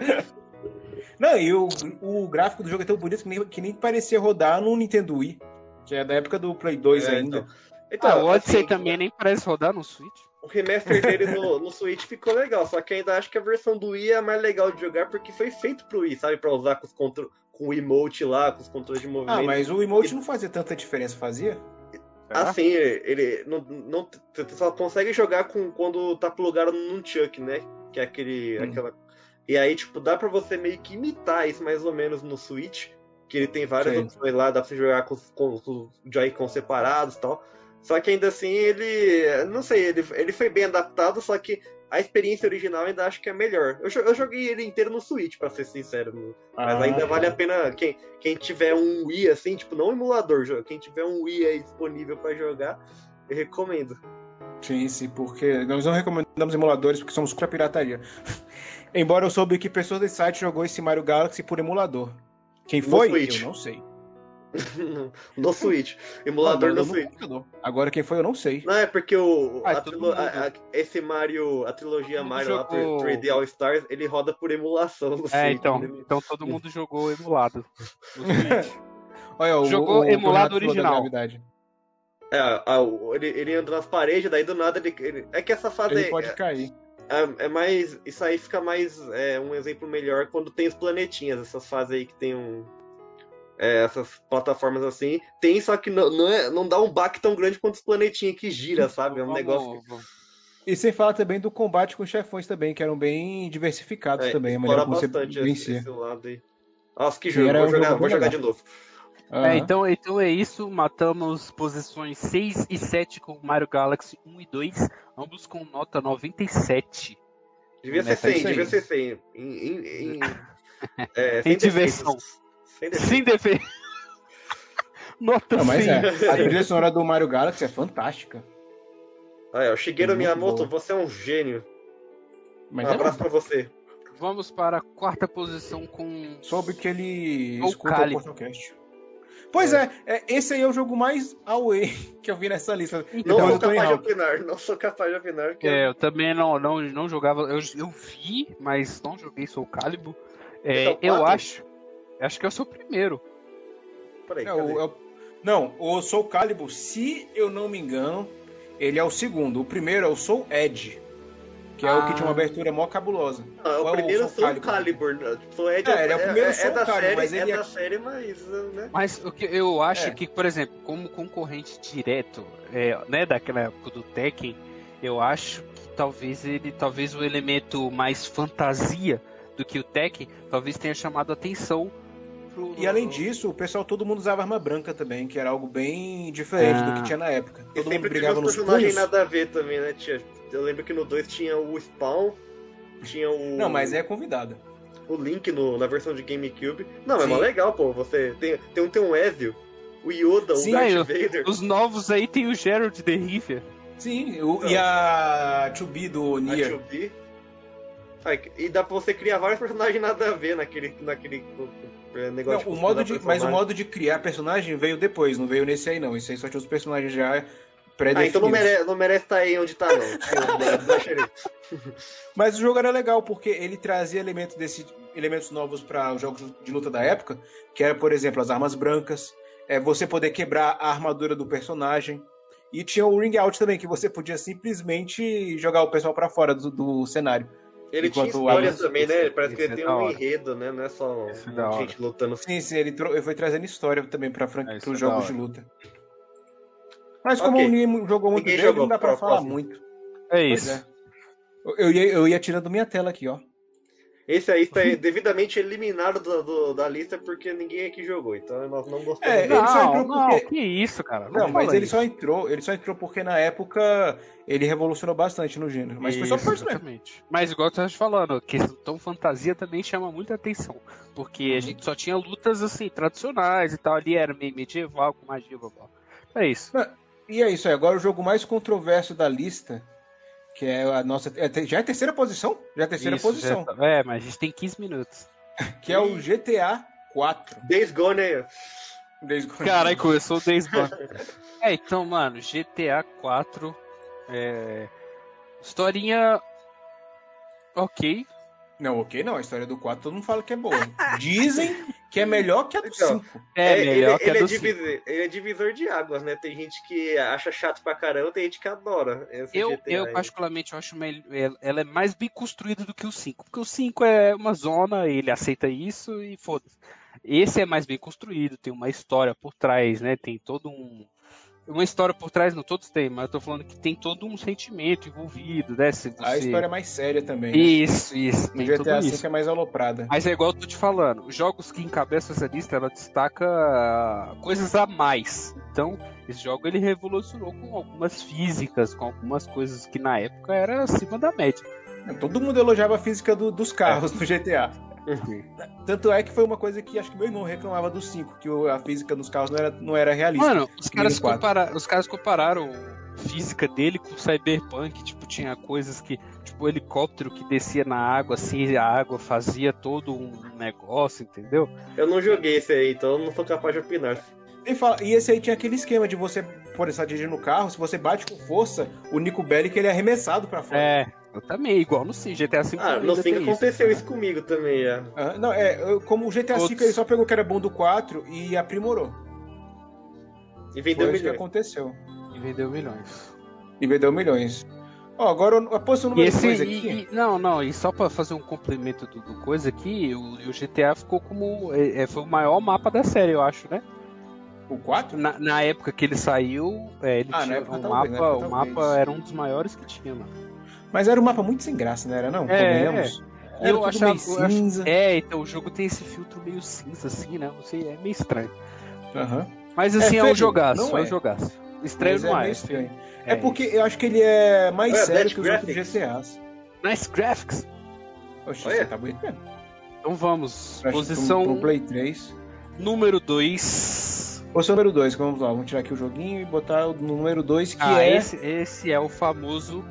Speaker 2: Não, e o, o gráfico do jogo é tão bonito que nem, que nem parecia rodar no Nintendo Wii, que é da época do Play 2
Speaker 3: É,
Speaker 2: ainda.
Speaker 3: Então,
Speaker 4: Ah, o Odyssey
Speaker 3: assim,
Speaker 4: também nem parece rodar no Switch.
Speaker 3: O remaster dele no, no Switch ficou legal, só que ainda acho que a versão do Wii é a mais legal de jogar porque foi feito pro Wii, sabe? Pra usar com, os contro... com o emote lá, com os controles de movimento.
Speaker 2: Ah, mas o emote não fazia tanta diferença, fazia?
Speaker 4: Será?
Speaker 3: Assim, ele não, não você só consegue jogar com quando tá plugado num chuck, né? Que é aquele
Speaker 2: Hum.
Speaker 3: aquela E aí tipo dá pra você meio que imitar isso mais ou menos no Switch, que ele tem várias
Speaker 2: Sei.
Speaker 3: opções lá, dá pra você jogar com, os- com os Joy-Cons separados, e tal. Só que ainda assim ele, não sei, ele, ele foi bem adaptado, só que a experiência original ainda acho que é melhor. Eu, jo- eu joguei ele inteiro no Switch, pra ser sincero, no- mas
Speaker 4: Ah,
Speaker 2: Ah,
Speaker 3: ainda vale
Speaker 4: tá.
Speaker 3: a pena quem, quem tiver um Wii assim, tipo, não um emulador, jo- quem tiver um Wii aí disponível pra jogar, eu recomendo.
Speaker 2: Sim, sim, porque nós não recomendamos emuladores porque somos contra a pirataria. Embora eu soube que pessoas desse site jogou esse Mario Galaxy por emulador. Quem
Speaker 3: No
Speaker 2: foi?
Speaker 3: Switch.
Speaker 2: Eu não sei.
Speaker 3: no Switch. Emulador
Speaker 2: Ah,
Speaker 3: no
Speaker 2: mas eu não
Speaker 3: Switch.
Speaker 2: compro, não. Agora quem foi eu não sei.
Speaker 3: Não, é porque o.
Speaker 4: Ah,
Speaker 3: a
Speaker 4: todo
Speaker 3: trilo-
Speaker 4: mundo
Speaker 3: a- a- esse Mario, a trilogia
Speaker 4: Todo mundo
Speaker 3: Mario lá,
Speaker 4: jogou.
Speaker 3: 3D All Stars, ele roda por emulação no
Speaker 4: É,
Speaker 3: Switch,
Speaker 4: então,
Speaker 3: né?
Speaker 4: então todo mundo jogou emulado.
Speaker 2: Olha, o,
Speaker 4: Jogou
Speaker 2: o, o que o
Speaker 4: emulado
Speaker 2: Renato falou da
Speaker 4: original.
Speaker 2: gravidade.
Speaker 3: É, a- o- ele, ele anda nas paredes, daí do nada ele. ele- é que essa fase
Speaker 2: Ele
Speaker 3: é,
Speaker 2: pode cair.
Speaker 3: é, é mais. Isso aí fica mais. é, um exemplo melhor quando tem os planetinhas, essas fases aí que tem um. é, essas plataformas assim. Tem, só que não, não, é- não dá um baque tão grande quanto os planetinhas que gira, sabe? É um
Speaker 4: Uhum. Vamos-
Speaker 3: negócio.
Speaker 4: vamos-
Speaker 2: E sem falar também do combate com os chefões também, que eram bem diversificados
Speaker 3: É,
Speaker 2: também. A maneira
Speaker 3: Fora
Speaker 2: como você
Speaker 3: bastante esse,
Speaker 2: vencia.
Speaker 3: esse lado aí. Nossa, que
Speaker 2: Sim,
Speaker 3: jogo.
Speaker 2: era
Speaker 3: Vou
Speaker 2: um
Speaker 3: jogar,
Speaker 2: jogo
Speaker 3: vou
Speaker 2: bem
Speaker 3: jogar de
Speaker 2: legal.
Speaker 3: novo.
Speaker 2: Aham.
Speaker 4: É, então, então é isso. Matamos posições 6 e 7 com Mario Galaxy 1 e 2, ambos com nota 97.
Speaker 3: Devia ser
Speaker 4: Nessa aí.
Speaker 3: 100, devia ser 100. Em, em, em, é,
Speaker 4: Em diversão.
Speaker 3: defeitos. Sem defeitos.
Speaker 4: Sem defeito. Nota
Speaker 2: Não, mas
Speaker 4: 100.
Speaker 2: é, a trilha sonora do Mario Galaxy é fantástica.
Speaker 3: Aí, ó, Shigeru
Speaker 2: Muito
Speaker 3: Miyamoto,
Speaker 2: boa.
Speaker 3: você é um gênio.
Speaker 2: Mas
Speaker 3: um
Speaker 2: é
Speaker 3: abraço pra você.
Speaker 4: Vamos para a quarta posição com
Speaker 2: soube que ele
Speaker 4: Ou
Speaker 2: escuta
Speaker 4: Cali.
Speaker 2: o Portalcast. Pois é. é, esse aí é o jogo mais away que eu vi nessa lista.
Speaker 4: Então,
Speaker 3: Não
Speaker 2: Depois
Speaker 3: sou
Speaker 2: do Tony
Speaker 3: capaz de
Speaker 2: Hawk.
Speaker 3: opinar, não sou capaz de opinar. Que
Speaker 4: É, eu também não, não, não jogava. Eu, eu vi, mas não joguei Soul Calibur. É,
Speaker 3: Esse
Speaker 2: Então,
Speaker 3: é o
Speaker 4: eu
Speaker 3: quatro?
Speaker 4: acho. Acho que eu sou o primeiro.
Speaker 3: Peraí,
Speaker 2: É, o-
Speaker 3: cadê?
Speaker 2: é o- não, o Soul Calibur, se eu não me engano, ele é o segundo. O primeiro é o Soul Edge, que é o
Speaker 4: Ah.
Speaker 2: que tinha uma abertura mó cabulosa.
Speaker 3: Não, é
Speaker 2: é
Speaker 3: o
Speaker 2: o
Speaker 3: primeiro
Speaker 2: Soul
Speaker 3: Soul Calibur. né? Soul Edge
Speaker 2: É, ele é o primeiro Soul
Speaker 3: da
Speaker 2: Calibur,
Speaker 3: série,
Speaker 2: mas ele
Speaker 3: é
Speaker 2: é-
Speaker 3: da série, mas, né?
Speaker 4: Mas o que eu acho
Speaker 2: É.
Speaker 4: que, por exemplo, como concorrente direto, é, né, daquela época do Tekken, eu acho que talvez ele, talvez o elemento mais fantasia do que o Tekken, talvez tenha chamado a atenção. Pro,
Speaker 2: E além disso, o pessoal, todo mundo usava arma branca também, que era algo bem diferente do
Speaker 4: Ah.
Speaker 2: que tinha na época.
Speaker 3: E
Speaker 2: Todo mundo
Speaker 3: sempre
Speaker 2: brigava
Speaker 3: teve uns
Speaker 2: nos
Speaker 3: personagens
Speaker 2: punhos.
Speaker 3: nada a ver também, né, tia? Eu lembro que no 2 tinha o Spawn, tinha o...
Speaker 2: Não, mas é convidada.
Speaker 3: o Link no- na versão de GameCube. Não, mas é mó
Speaker 2: Sim.
Speaker 3: legal, pô. Você tem, tem, um- tem um Ezio, o Yoda,
Speaker 2: Sim,
Speaker 3: o Darth
Speaker 4: aí, ó.
Speaker 3: Vader.
Speaker 4: Os novos aí tem o Gerald de Rivia.
Speaker 2: Sim, o- e a To Be do
Speaker 3: Ah. a
Speaker 2: Nier.
Speaker 3: Chubby. Ai, E dá pra você criar vários personagens nada a ver naquele, naquele eh,
Speaker 2: Não,
Speaker 3: negócio
Speaker 2: o
Speaker 3: de
Speaker 2: modo
Speaker 3: customizar
Speaker 2: de, mas
Speaker 3: personagem.
Speaker 2: o modo de criar personagem veio depois, não veio nesse aí não. Esse aí só tinha os personagens já
Speaker 3: Ah,
Speaker 2: pré-definidos.
Speaker 3: então não merece, não merece estar aí onde tá, não. Eu- eu achei-
Speaker 2: Mas o jogo era legal porque ele trazia elementos desse, elementos novos para os jogos de luta da época, que era, por exemplo, as armas brancas, é, você poder quebrar a armadura do personagem. E tinha o ring out também, que você podia simplesmente jogar o pessoal para fora do, do cenário.
Speaker 3: Ele tinha
Speaker 2: Enquanto o
Speaker 3: história
Speaker 2: Alan-
Speaker 3: também, né? Parece que
Speaker 4: Isso
Speaker 3: ele
Speaker 4: é
Speaker 3: tem
Speaker 4: da
Speaker 3: um
Speaker 4: hora.
Speaker 3: enredo, né? Não é só
Speaker 4: Isso é da hora.
Speaker 3: gente lutando.
Speaker 2: Sim, sim, ele, tro- ele foi trazendo história também para
Speaker 4: É, isso
Speaker 2: os
Speaker 4: é
Speaker 2: jogos
Speaker 4: da
Speaker 2: de luta. Mas como
Speaker 3: Ok.
Speaker 2: ninguém jogou muito
Speaker 3: Ninguém
Speaker 2: dele,
Speaker 3: jogou.
Speaker 2: não dá para
Speaker 3: Qual-
Speaker 2: falar
Speaker 3: qual-
Speaker 2: muito.
Speaker 4: É
Speaker 2: Pois
Speaker 4: isso.
Speaker 2: é. Eu, eu ia, eu ia tirando minha tela aqui, ó.
Speaker 3: Esse aí está devidamente eliminado do- do- da lista porque ninguém aqui jogou, então nós não gostamos.
Speaker 2: É,
Speaker 3: dele.
Speaker 2: ele só
Speaker 4: Não,
Speaker 2: entrou
Speaker 4: não,
Speaker 2: porque-
Speaker 4: que isso, cara.
Speaker 2: Não,
Speaker 4: fala
Speaker 2: mas ele
Speaker 4: isso.
Speaker 2: só entrou, ele só entrou porque na época ele revolucionou bastante no gênero. Mas foi só
Speaker 3: Isso,
Speaker 2: por isso mesmo.
Speaker 4: Exatamente. Mas igual eu tava te falando, a questão então, fantasia também chama muita atenção. Porque a
Speaker 2: Uhum.
Speaker 4: gente só tinha lutas assim, tradicionais e tal. Ali era meio medieval, com magia, blá blá. É isso.
Speaker 2: E é isso aí, agora o jogo mais controverso da lista, que é a nossa. é te- Já é a terceira posição? Já é a terceira
Speaker 4: Isso,
Speaker 2: posição.
Speaker 4: já tá- É, mas a gente tem 15 minutos.
Speaker 2: Que é o GTA 4.
Speaker 3: Days Gone é
Speaker 2: Desde-
Speaker 4: Caralho, começou o baseball. é, então, mano, GTA 4. É... Historinha. Ok.
Speaker 2: Não, ok, não. A história do 4 todo mundo fala que é boa. Dizem que é melhor que a do
Speaker 3: Então,
Speaker 2: 5.
Speaker 4: É,
Speaker 3: ele-
Speaker 4: melhor que
Speaker 3: ele,
Speaker 4: a
Speaker 3: é
Speaker 4: do cinco.
Speaker 3: divisor, ele é divisor de águas, né? Tem gente que acha chato pra caramba, tem gente que adora esse
Speaker 4: Eu,
Speaker 3: GTA
Speaker 4: eu
Speaker 3: aí.
Speaker 4: particularmente, eu acho mel- el- ela é mais bem construída do que o 5. Porque o 5 é uma zona, ele aceita isso e foda-se. Esse é mais bem construído, tem uma história por trás, né? Tem todo um. Uma história por trás, não todos têm, mas eu tô falando que tem todo um sentimento envolvido, né? Se você...
Speaker 2: A história é mais séria também. né?
Speaker 4: Isso, isso.
Speaker 2: No
Speaker 4: Tem
Speaker 2: GTA
Speaker 4: tudo isso.
Speaker 2: V é mais aloprada.
Speaker 4: Mas é igual eu tô te falando, os jogos que encabeçam essa lista, ela destaca ah, coisas a mais. Então, esse jogo ele revolucionou com algumas físicas, com algumas coisas que na época era acima da média.
Speaker 2: Todo mundo elogiava a física do- dos
Speaker 4: É.
Speaker 2: carros no GTA.
Speaker 4: Uhum.
Speaker 2: Tanto é que foi uma coisa que acho que meu irmão reclamava do 5, que o- a física dos carros não era, não era realista.
Speaker 4: Mano, os
Speaker 2: Que
Speaker 4: caras,
Speaker 2: nem o quatro.
Speaker 4: compara- os caras compararam física dele com Cyberpunk, tipo, tinha coisas que, tipo, o helicóptero que descia na água, assim, a água fazia todo um negócio, entendeu?
Speaker 3: Eu não joguei esse aí, então eu não sou capaz de opinar.
Speaker 2: E, fala- e esse aí tinha aquele esquema de você, por estar dirigindo o carro, se você bate com força, o Nico Bellic ele é arremessado pra fora.
Speaker 4: É, eu também, igual no Sim, GTA V.
Speaker 3: Ah, no
Speaker 4: ainda tem
Speaker 3: 5 aconteceu
Speaker 4: né?
Speaker 3: isso, comigo também, já.
Speaker 2: Ah, não, é, eu- como o GTA V
Speaker 4: Todos.
Speaker 2: ele só pegou o que era bom do 4 e aprimorou.
Speaker 3: E
Speaker 2: Foi
Speaker 3: vendeu
Speaker 2: isso que
Speaker 3: melhor.
Speaker 2: aconteceu.
Speaker 4: E vendeu milhões.
Speaker 2: E vendeu milhões. Ó, agora a posição
Speaker 4: E
Speaker 2: um número
Speaker 4: esse,
Speaker 2: 2
Speaker 4: e-
Speaker 2: aqui.
Speaker 4: e- não, não, e só pra fazer um complemento do, do coisa aqui, o, o GTA ficou como. é, é, foi o maior mapa da série, eu acho, né?
Speaker 2: O 4?
Speaker 4: Na, na época que ele saiu, é, ele
Speaker 2: Ah, na
Speaker 4: tinha
Speaker 2: época
Speaker 4: um mapa,
Speaker 2: talvez, na
Speaker 4: o
Speaker 2: época
Speaker 4: mapa
Speaker 2: talvez.
Speaker 4: era um dos maiores que tinha, mano.
Speaker 2: Mas era um mapa muito sem graça, não era não?
Speaker 4: É,
Speaker 2: Convenhamos?
Speaker 4: é.
Speaker 2: Era
Speaker 4: Eu
Speaker 2: tudo
Speaker 4: achava-
Speaker 2: meio
Speaker 4: eu acho-
Speaker 2: cinza.
Speaker 4: É, então o jogo tem esse filtro meio cinza, assim, né? Não sei, é meio estranho.
Speaker 2: Aham.
Speaker 4: Mas assim,
Speaker 2: É
Speaker 4: é,
Speaker 2: feio,
Speaker 4: um jogaço,
Speaker 2: não
Speaker 4: é.
Speaker 2: é.
Speaker 4: um jogaço. Estranho
Speaker 2: Mas
Speaker 4: não
Speaker 2: meio
Speaker 4: é.
Speaker 2: estranho.
Speaker 4: é
Speaker 2: É porque eu acho que ele é mais
Speaker 3: Olha,
Speaker 2: sério
Speaker 3: Bad
Speaker 2: que os outros
Speaker 3: Graphics.
Speaker 2: GTAs.
Speaker 4: Nice graphics.
Speaker 2: Oxi,
Speaker 3: Olha.
Speaker 2: você tá bonito mesmo.
Speaker 4: Então vamos.
Speaker 2: Acho que um
Speaker 4: Posição
Speaker 2: Pro, pro Play 3.
Speaker 4: número 2.
Speaker 2: Posição número 2, vamos lá, vamos tirar aqui o joguinho e botar o número 2, que
Speaker 4: Ah,
Speaker 2: é...
Speaker 4: esse, esse é o famoso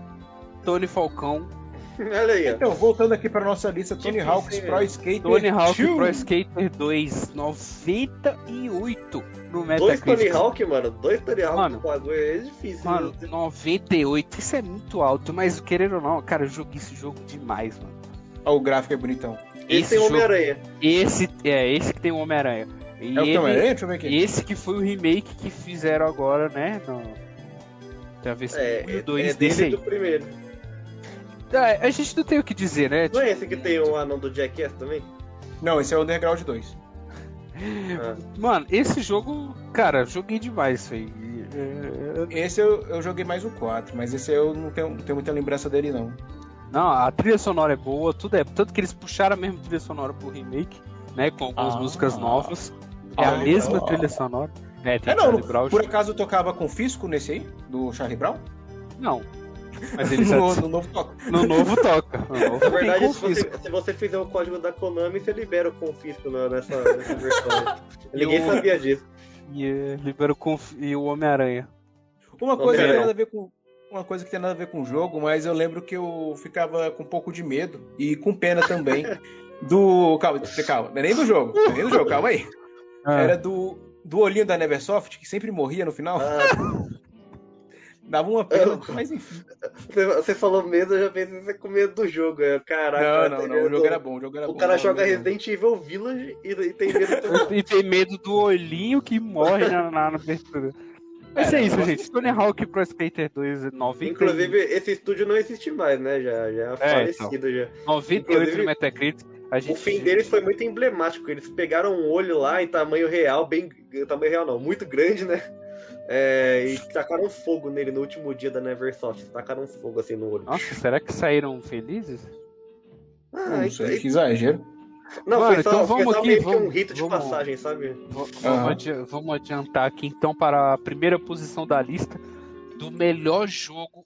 Speaker 4: Tony Falcão,
Speaker 3: Olha aí, ó.
Speaker 2: Então, voltando aqui pra nossa lista, Tony
Speaker 3: Difícil,
Speaker 2: Hawk's
Speaker 3: hein?
Speaker 2: Pro Skater
Speaker 4: é Tony Hawk
Speaker 2: 2.
Speaker 4: Pro Skater 2, 98 no
Speaker 3: Dois Tony
Speaker 4: Metacritic.
Speaker 3: Hawk, mano. Dois Tony Hawk
Speaker 4: Mano.
Speaker 3: no bagulho aí é difícil.
Speaker 4: Mano,
Speaker 3: né?
Speaker 4: 98, isso é muito alto, mas querendo ou não, cara, eu joguei esse jogo demais, mano.
Speaker 2: Ó, o gráfico é bonitão.
Speaker 3: Esse tem
Speaker 4: jogo-
Speaker 3: Homem-Aranha.
Speaker 4: Esse é esse que tem o Homem-Aranha. E
Speaker 2: É o que
Speaker 4: ele-
Speaker 2: eu Deixa eu ver aqui.
Speaker 4: esse que foi o remake que fizeram agora, né? No... Tem a versão
Speaker 3: É,
Speaker 4: 1 e
Speaker 3: é,
Speaker 4: 2
Speaker 3: é
Speaker 4: desse
Speaker 3: dele
Speaker 4: aí.
Speaker 3: do primeiro.
Speaker 4: Ah, a gente não tem o que dizer, né?
Speaker 3: Não é
Speaker 4: Tipo,
Speaker 3: esse que tem o anão do Jackass também?
Speaker 2: Não, esse é o Underground 2.
Speaker 3: Ah,
Speaker 4: Tipo, Mano, esse jogo, cara, eu joguei demais isso aí. É,
Speaker 2: Esse eu, eu joguei mais o 4, mas esse eu não tenho, não tenho muita lembrança dele, não.
Speaker 4: Não, a trilha sonora é boa, tudo é. Tanto que eles puxaram a mesma trilha sonora pro remake, né? Com algumas
Speaker 2: Ah.
Speaker 4: músicas novas. É a
Speaker 2: Ah,
Speaker 4: mesma
Speaker 2: legal.
Speaker 4: trilha sonora. É, tem
Speaker 2: É, não,
Speaker 4: Charlie Brown.
Speaker 2: por acaso tocava com Fisco nesse aí? Do Charlie Brown?
Speaker 4: Não. Mas
Speaker 2: no,
Speaker 4: eles já...
Speaker 2: no novo toco.
Speaker 4: no novo toca. No novo
Speaker 3: Na
Speaker 4: tem
Speaker 3: verdade, se
Speaker 4: confisco.
Speaker 3: você, se você fizer o código da Konami, você libera o confisco na- nessa, nessa versão. aí. Ninguém
Speaker 4: Eu-
Speaker 3: sabia disso.
Speaker 4: E, eh, libera o conf... e o Homem-Aranha.
Speaker 2: Uma coisa que
Speaker 3: Homem-Aranha.
Speaker 2: tem nada a ver com. Uma coisa que tem nada a ver com o jogo, mas eu lembro que eu ficava com um pouco de medo e com pena também do. Calma, calma, não é nem do jogo, não é nem do jogo, calma aí.
Speaker 4: Ah.
Speaker 2: Era do, do olhinho da Neversoft, que sempre morria no final.
Speaker 3: Ah,
Speaker 2: Dava uma pena,
Speaker 3: Eu-
Speaker 2: mas enfim.
Speaker 3: você, você falou mesmo, eu já pensei que você com medo do jogo. eu,
Speaker 2: Não,
Speaker 3: Caraca,
Speaker 2: não,
Speaker 3: eu-
Speaker 2: não. O jogo era bom, o jogo era
Speaker 3: O
Speaker 2: bom.
Speaker 3: cara
Speaker 2: não,
Speaker 3: joga
Speaker 2: não.
Speaker 3: Resident Evil Village e, e tem medo um do
Speaker 4: E tem medo do olhinho que morre na, na, na abertura. Mas
Speaker 2: Era,
Speaker 4: é
Speaker 2: eu
Speaker 4: isso,
Speaker 2: gosto
Speaker 4: gente. Tony Hawk Pro Skater é 2, 90...
Speaker 3: Inclusive, esse estúdio não existe mais, né? Já,
Speaker 2: É,
Speaker 3: já
Speaker 2: então.
Speaker 3: falecido já.
Speaker 4: 98
Speaker 3: inclusive,
Speaker 4: no Metacritic. A gente...
Speaker 3: O fim deles foi muito emblemático. Eles pegaram um olho lá em tamanho real, bem. Tamanho real não, muito grande, né? É, e tacaram fogo nele no último dia da Neversoft. Tacaram fogo assim no olho.
Speaker 4: Nossa, será que saíram felizes?
Speaker 3: Ah, Ah,
Speaker 2: Isso aí,
Speaker 3: aí-
Speaker 2: que exagero.
Speaker 3: Não,
Speaker 4: Mano,
Speaker 3: foi só,
Speaker 4: então
Speaker 3: foi
Speaker 4: vamos
Speaker 3: só
Speaker 4: aqui,
Speaker 3: meio que um
Speaker 4: vamos-
Speaker 3: rito de
Speaker 4: vamos-
Speaker 3: passagem, sabe?
Speaker 4: V-
Speaker 2: Aham.
Speaker 4: Vamos, adi- vamos adiantar aqui então para a primeira posição da lista do melhor jogo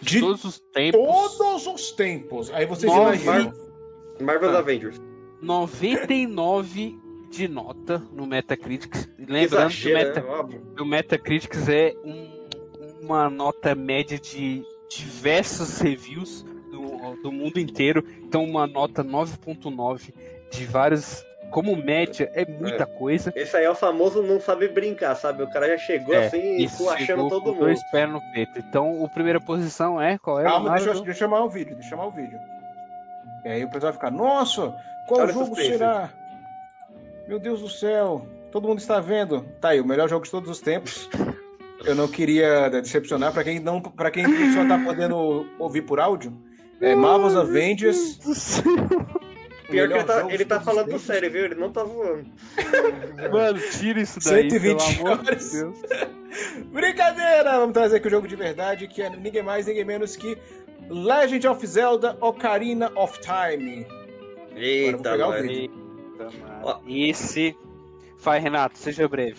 Speaker 4: de,
Speaker 2: De
Speaker 4: todos os tempos.
Speaker 2: Todos os tempos. Aí vocês
Speaker 4: Nossa.
Speaker 2: imaginam.
Speaker 3: Marvel's
Speaker 4: Ah.
Speaker 3: Avengers.
Speaker 4: 99 de nota no Metacritics. Lembrando que o,
Speaker 3: Exagero,
Speaker 4: Meta-
Speaker 3: né? Óbvio.
Speaker 4: o Metacritics é um- uma nota média de diversos reviews do, do mundo inteiro. Então uma nota 9.9 de vários. Como média é muita coisa.
Speaker 3: Esse aí é o famoso não sabe brincar, sabe? O cara já chegou
Speaker 4: É,
Speaker 3: assim,
Speaker 4: E
Speaker 3: esculachando
Speaker 4: chegou
Speaker 3: todo
Speaker 4: com
Speaker 3: mundo.
Speaker 4: dois pés no peito. Então, o primeira posição é qual é?
Speaker 2: Calma, deixa eu,
Speaker 4: Leonardo?
Speaker 2: deixa eu chamar o vídeo, deixa eu chamar o vídeo. E aí o pessoal vai ficar, nossa, qual
Speaker 3: Olha o
Speaker 2: jogo
Speaker 3: suspense.
Speaker 2: será? Meu Deus do céu, todo mundo está vendo. Tá aí, o melhor jogo de todos os tempos. Eu não queria né, decepcionar para quem não, para quem só tá podendo ouvir por áudio. É Marvel's Avengers. o
Speaker 3: Pior que
Speaker 2: melhor
Speaker 3: ele tá,
Speaker 2: jogo de
Speaker 3: ele tá
Speaker 2: todos os
Speaker 3: falando
Speaker 2: tempos.
Speaker 3: sério, viu? Ele não tá zoando.
Speaker 4: Mano, tira isso daí,
Speaker 2: 120
Speaker 4: pelo amor
Speaker 2: horas.
Speaker 4: de Deus.
Speaker 2: Brincadeira! Vamos trazer aqui o jogo de verdade, que é ninguém mais, ninguém menos que Legend of Zelda Ocarina of Time. Agora eu vou
Speaker 3: Eita,
Speaker 2: pegar o
Speaker 3: mano.
Speaker 2: vídeo.
Speaker 4: Eita, mano.
Speaker 3: Ó.
Speaker 4: Esse... Vai, Renato, seja breve.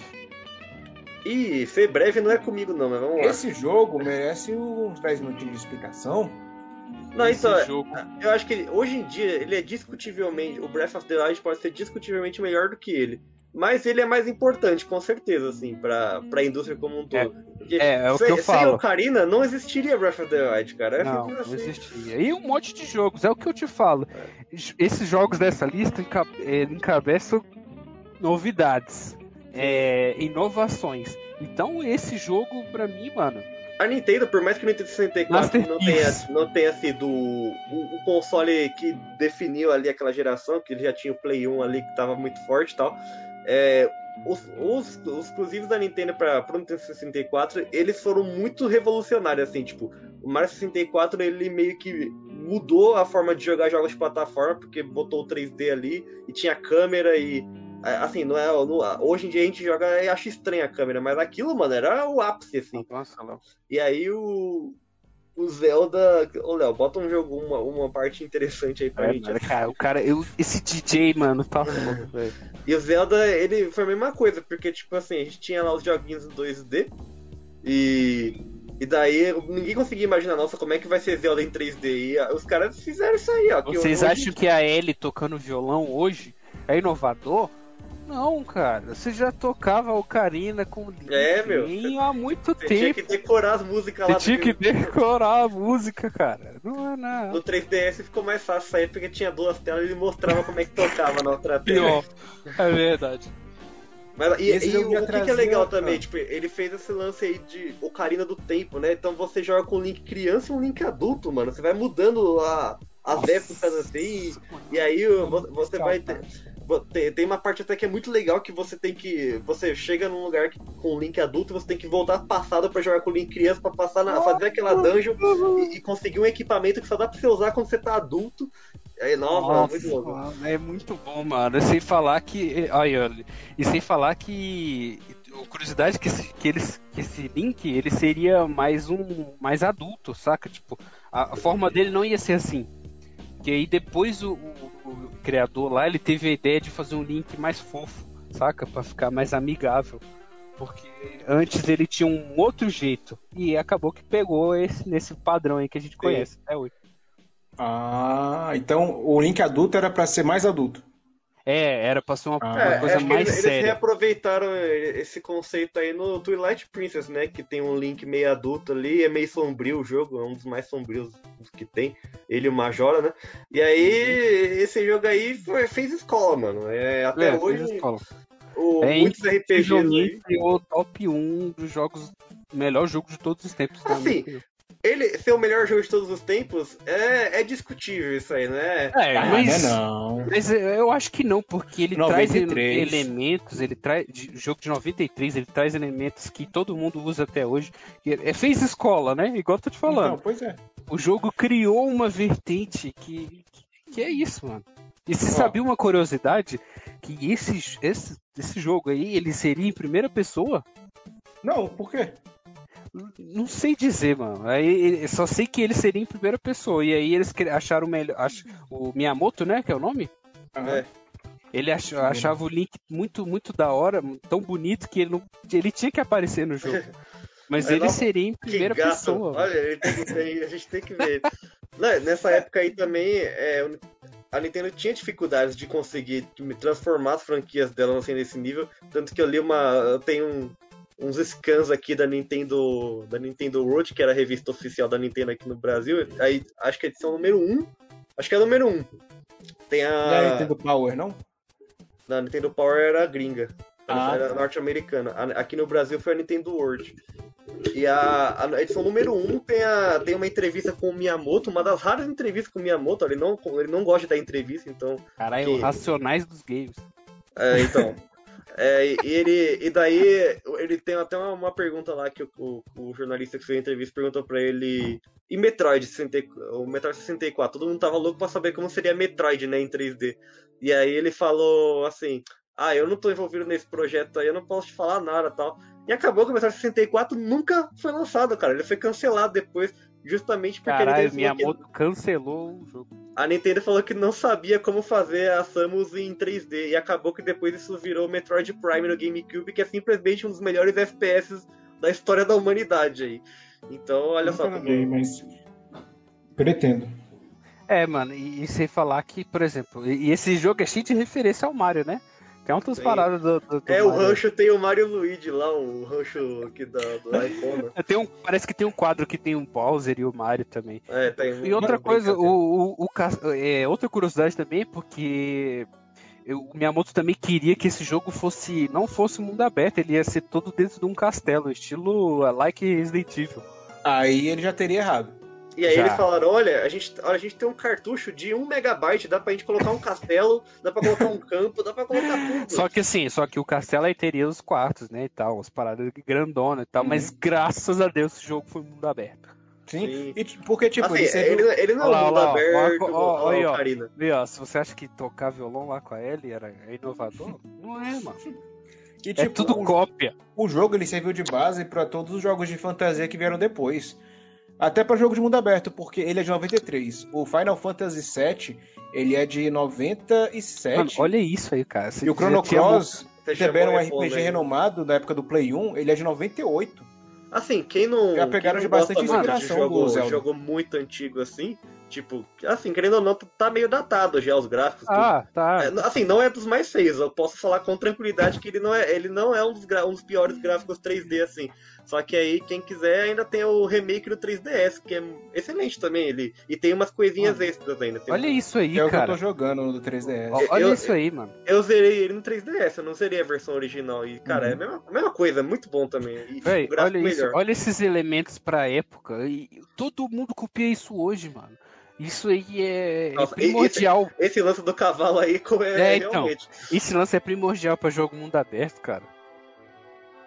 Speaker 3: Ih, ser breve não é comigo, não, mas vamos lá.
Speaker 2: Esse jogo merece uns 10 minutinhos de explicação.
Speaker 3: não,
Speaker 4: Esse
Speaker 3: então,
Speaker 4: jogo...
Speaker 3: eu acho que ele- hoje em dia ele é discutivelmente. O Breath of the Wild pode ser discutivelmente melhor do que ele. Mas ele é mais importante, com certeza, assim, pra, pra indústria como um todo. Porque
Speaker 4: É, é o
Speaker 3: sem,
Speaker 4: que eu
Speaker 3: Sem
Speaker 4: falo.
Speaker 3: Ocarina, não existiria Breath of the Wild, cara. É
Speaker 4: Não,
Speaker 3: simples
Speaker 4: não
Speaker 3: assim.
Speaker 4: existia. E um monte de jogos, é o que eu te falo. É. Esses jogos dessa lista enca- eh, encabeçam novidades, eh, inovações. Então, esse jogo, pra mim, mano,
Speaker 3: A Nintendo, por mais que o Nintendo 64 não tenha,
Speaker 4: Masterpiece.
Speaker 3: não tenha sido o, o console que definiu ali aquela geração, que ele já tinha o Play 1 ali que tava muito forte e tal, é, os, os, os exclusivos da Nintendo para o Nintendo 64, eles foram muito revolucionários, assim, tipo, o Mario 64, ele meio que mudou a forma de jogar jogos de plataforma, porque botou o 3D ali, e tinha câmera e... a- Assim, não é. não- hoje em dia a gente joga e acha estranha a câmera, mas aquilo, mano, era o ápice, assim.
Speaker 4: nossa, Léo.
Speaker 3: E aí o. O Zelda. Ô, Léo, bota um jogo, uma, uma parte interessante aí pra
Speaker 4: É,
Speaker 3: gente.
Speaker 4: mano, cara, o cara, eu, esse DJ, mano, tá
Speaker 3: É.
Speaker 4: louco, velho.
Speaker 3: E o Zelda, ele foi a mesma coisa, porque, tipo assim, a gente tinha lá os joguinhos em 2D. E. E daí ninguém conseguia imaginar, nossa, como é que vai ser Zelda em 3D? E ah, os caras fizeram isso aí, ó. que
Speaker 4: Vocês
Speaker 3: hoje-
Speaker 4: acham que a Ellie tocando violão hoje é inovador? Não, cara. Você já tocava ocarina com o
Speaker 3: É, meu,
Speaker 4: Lin há muito
Speaker 3: Você tinha
Speaker 4: tempo.
Speaker 3: que decorar as músicas lá
Speaker 4: Você tinha
Speaker 3: do-
Speaker 4: que decorar a música, cara. Não é nada.
Speaker 3: do 3DS ficou mais fácil sair porque tinha duas telas e ele mostrava como é que tocava na outra tela.
Speaker 4: Pior. É verdade.
Speaker 3: Mas, e,
Speaker 2: Esse
Speaker 3: e
Speaker 2: jogo
Speaker 3: o
Speaker 2: ia
Speaker 3: que que,
Speaker 2: trazer
Speaker 3: é legal
Speaker 2: a-
Speaker 3: também,
Speaker 2: ah.
Speaker 3: tipo, ele fez esse lance aí de Ocarina do Tempo, né? Então você joga com o Link criança e um Link adulto, mano. Você vai mudando a, as épocas assim. E, e aí o- vo- você vai ter, vo- tem- Tem uma parte até que é muito legal que você tem que. Você chega num lugar que- com o Link adulto e você tem que voltar pro passado pra jogar com o Link criança, pra passar na, fazer aquela dungeon e, e conseguir um equipamento que só dá pra você usar quando você tá adulto. Aí, nossa, mano, muito louco.
Speaker 4: mano, é muito bom, mano. E Sem falar que. Ai, olha. E sem falar que. o Curiosidade é que esse, que, eles, que esse Link ele seria mais um. mais adulto, saca? Tipo, a, a forma dele não ia ser assim. Que aí depois o, o- o criador lá, ele teve a ideia de fazer um Link mais fofo, saca? Pra ficar mais amigável. Porque antes ele tinha um outro jeito. E acabou que pegou esse, nesse padrão aí que a gente conhece até hoje.
Speaker 2: Ah, então o Link adulto era pra ser mais adulto.
Speaker 4: É, era pra ser uma,
Speaker 2: Ah.
Speaker 4: uma
Speaker 2: É,
Speaker 4: coisa
Speaker 3: acho que
Speaker 4: mais
Speaker 3: eles, eles
Speaker 4: séria.
Speaker 3: reaproveitaram esse conceito aí no Twilight Princess, né? Que tem um Link meio adulto ali, é meio sombrio o jogo, é um dos mais sombrios que tem. Ele e o Majora, né? E aí, esse jogo aí foi- fez escola, mano. É, até
Speaker 4: Uhum. É, fez
Speaker 3: hoje,
Speaker 4: escola.
Speaker 3: o,
Speaker 4: É,
Speaker 3: muitos
Speaker 4: Esse
Speaker 3: RPGs. aí-
Speaker 4: joguinho foi o top 1 dos jogos, melhor jogo de todos os tempos. né, na minha
Speaker 3: Assim,
Speaker 4: opinião.
Speaker 3: Ele ser o melhor jogo de todos os tempos é, é discutível isso aí, né?
Speaker 4: é, mas,
Speaker 2: né, não.
Speaker 4: mas eu acho que não, porque ele
Speaker 2: 93.
Speaker 4: traz ele- elementos, ele traz de- o jogo de 93, ele traz elementos que todo mundo usa até hoje. E é- fez escola, né? Igual eu tô te falando.
Speaker 2: Então, pois é.
Speaker 4: O jogo criou uma vertente que, que, que é isso, mano. E se
Speaker 2: Ó.
Speaker 4: sabia uma curiosidade que esse, esse, esse jogo aí, ele seria em primeira pessoa?
Speaker 2: Não, por quê?
Speaker 4: Não sei dizer, mano. Aí, eu só sei que ele seria em primeira pessoa. E aí eles cri- acharam melhor. ach- O Miyamoto, né? Que é o nome?
Speaker 2: Aham.
Speaker 3: É.
Speaker 4: Ele ach- achava o Link muito, muito da hora, tão bonito que ele, não- ele tinha que aparecer no jogo. Mas
Speaker 3: Aí
Speaker 4: ele
Speaker 3: lá-
Speaker 4: seria em
Speaker 3: Que
Speaker 4: primeira
Speaker 3: gato.
Speaker 4: pessoa. mano.
Speaker 3: Olha, ele tem que ver, a gente tem que ver. Não, Nessa época aí também, é, o- a Nintendo tinha dificuldades de conseguir me transformar as franquias dela assim, nesse nível. Tanto que eu li uma. Tem um- uns scans aqui da Nintendo. Da Nintendo World, que era a revista oficial da Nintendo aqui no Brasil. Aí acho que é a edição número 1. Acho que é a número 1. Tem
Speaker 2: Não é
Speaker 3: a.
Speaker 2: Nintendo Power, não?
Speaker 3: Na Nintendo Power era gringa. Era,
Speaker 2: Ah,
Speaker 3: era
Speaker 2: tá.
Speaker 3: norte-americana. A- Aqui no Brasil foi a Nintendo World. E a, a edição número 1 um tem, a- tem uma entrevista com o Miyamoto, uma das raras entrevistas com o Miyamoto. Ele não, ele não gosta da entrevista, então.
Speaker 4: Caralho,
Speaker 3: que-
Speaker 4: os racionais dos games.
Speaker 3: É, então. É, e, ele, e daí ele tem até uma, uma pergunta lá que o, o- o jornalista que fez a entrevista perguntou pra ele. E Metroid 64, o Metroid 64, todo mundo tava louco pra saber como seria Metroid, né, em 3D. E aí ele falou assim: Ah, eu não tô envolvido nesse projeto aí, eu não posso te falar nada tal. E acabou que o Metroid 64 nunca foi lançado, cara. Ele foi cancelado depois, justamente porque ele
Speaker 4: Caralho, Miyamoto cancelou o jogo.
Speaker 3: a Nintendo falou que não sabia como fazer a Samus em 3D e acabou que depois isso virou Metroid Prime no GameCube, que é simplesmente um dos melhores FPS da história da humanidade aí. Então, olha só
Speaker 2: Nunca
Speaker 3: como
Speaker 2: joguei, mas. Pretendo.
Speaker 4: É, mano, e, e sem falar que, por exemplo, e, e esse jogo é cheio de referência ao Mario, né? Tem outras
Speaker 3: Sim.
Speaker 4: paradas do, do, do
Speaker 3: É, o
Speaker 4: Mario.
Speaker 3: rancho tem o Mario Luigi lá, o rancho aqui da, do iPhone.
Speaker 4: Tem um, parece que tem um quadro que tem um Bowser e o Mario também.
Speaker 3: É, tem
Speaker 4: E outra coisa, o, o, o cas- é, outra curiosidade também, porque eu, o Miyamoto também queria que esse jogo fosse não fosse um mundo aberto, ele ia ser todo dentro de um castelo, estilo uh, like Resident Evil.
Speaker 2: Aí ele já teria errado.
Speaker 3: E aí
Speaker 4: Já.
Speaker 3: eles falaram, olha, a gente, olha, a gente tem um cartucho de 1 megabyte, dá pra gente colocar um castelo, dá pra colocar um campo, dá pra colocar tudo.
Speaker 4: Só que assim, só que o castelo aí teria os quartos, né, e tal, as paradas grandona e tal,
Speaker 2: Uhum.
Speaker 4: mas graças a Deus esse jogo foi um mundo aberto.
Speaker 2: Sim.
Speaker 3: Sim.
Speaker 2: E, t- porque, tipo,
Speaker 3: Assim,
Speaker 2: ele serviu-
Speaker 3: ele, ele não é
Speaker 4: Olha
Speaker 3: um
Speaker 4: lá,
Speaker 3: mundo
Speaker 4: olha lá,
Speaker 3: aberto,
Speaker 4: ó, ó, ó, aí, ó.
Speaker 3: Karina.
Speaker 4: E, ó, se você acha que tocar violão lá com a Ellie era é inovador, não é, mano.
Speaker 2: e,
Speaker 4: É
Speaker 2: tipo,
Speaker 4: tudo
Speaker 2: o-
Speaker 4: cópia.
Speaker 2: o jogo ele serviu de base para todos os jogos de fantasia que vieram depois. Até para jogo de mundo aberto, porque ele é de 93. O Final Fantasy VII, ele é de 97.
Speaker 4: Mano, olha isso aí, cara. Você
Speaker 2: e o
Speaker 4: já
Speaker 2: Chrono
Speaker 4: tinha
Speaker 2: Cross,
Speaker 3: Você
Speaker 2: que também era um
Speaker 3: chamou o iPhone né?
Speaker 2: RPG
Speaker 3: aí.
Speaker 2: renomado da época do Play 1, ele é de 98.
Speaker 3: Assim, quem não.
Speaker 2: Já pegaram
Speaker 3: quem não
Speaker 2: de bastante
Speaker 3: gosta muito
Speaker 2: inspiração
Speaker 3: de jogo,
Speaker 2: do Zelda.
Speaker 3: jogo muito antigo assim, tipo, assim, querendo ou não, tá meio datado já os gráficos. tudo.
Speaker 4: Ah, tá.
Speaker 3: É, assim, não é dos mais feios, eu posso falar com tranquilidade que ele não é, ele não é um dos, gra- um dos piores gráficos 3D assim. Só que aí quem quiser ainda tem o remake do 3DS, que é excelente também ele. E tem umas coisinhas extras ainda. tem
Speaker 4: Ah,
Speaker 3: um
Speaker 4: Olha
Speaker 3: umas-
Speaker 4: isso aí,
Speaker 2: que é o que eu
Speaker 4: cara.
Speaker 2: tô jogando no 3DS.
Speaker 4: Ó, Olha
Speaker 3: Eu-
Speaker 4: isso aí, mano.
Speaker 3: Eu zerei ele no 3DS, eu não zerei a versão original e cara, é a mesma, a mesma coisa, muito bom também. E
Speaker 4: Uhum. Véi,
Speaker 3: gráfico
Speaker 4: olha isso, olha esses elementos pra época. E todo mundo copia isso hoje, mano. Isso aí é, é
Speaker 3: Nossa, e-
Speaker 4: primordial.
Speaker 3: Esse lance do cavalo aí como é,
Speaker 4: É, então.
Speaker 3: realmente
Speaker 4: Esse lance é primordial pra jogo mundo aberto, cara.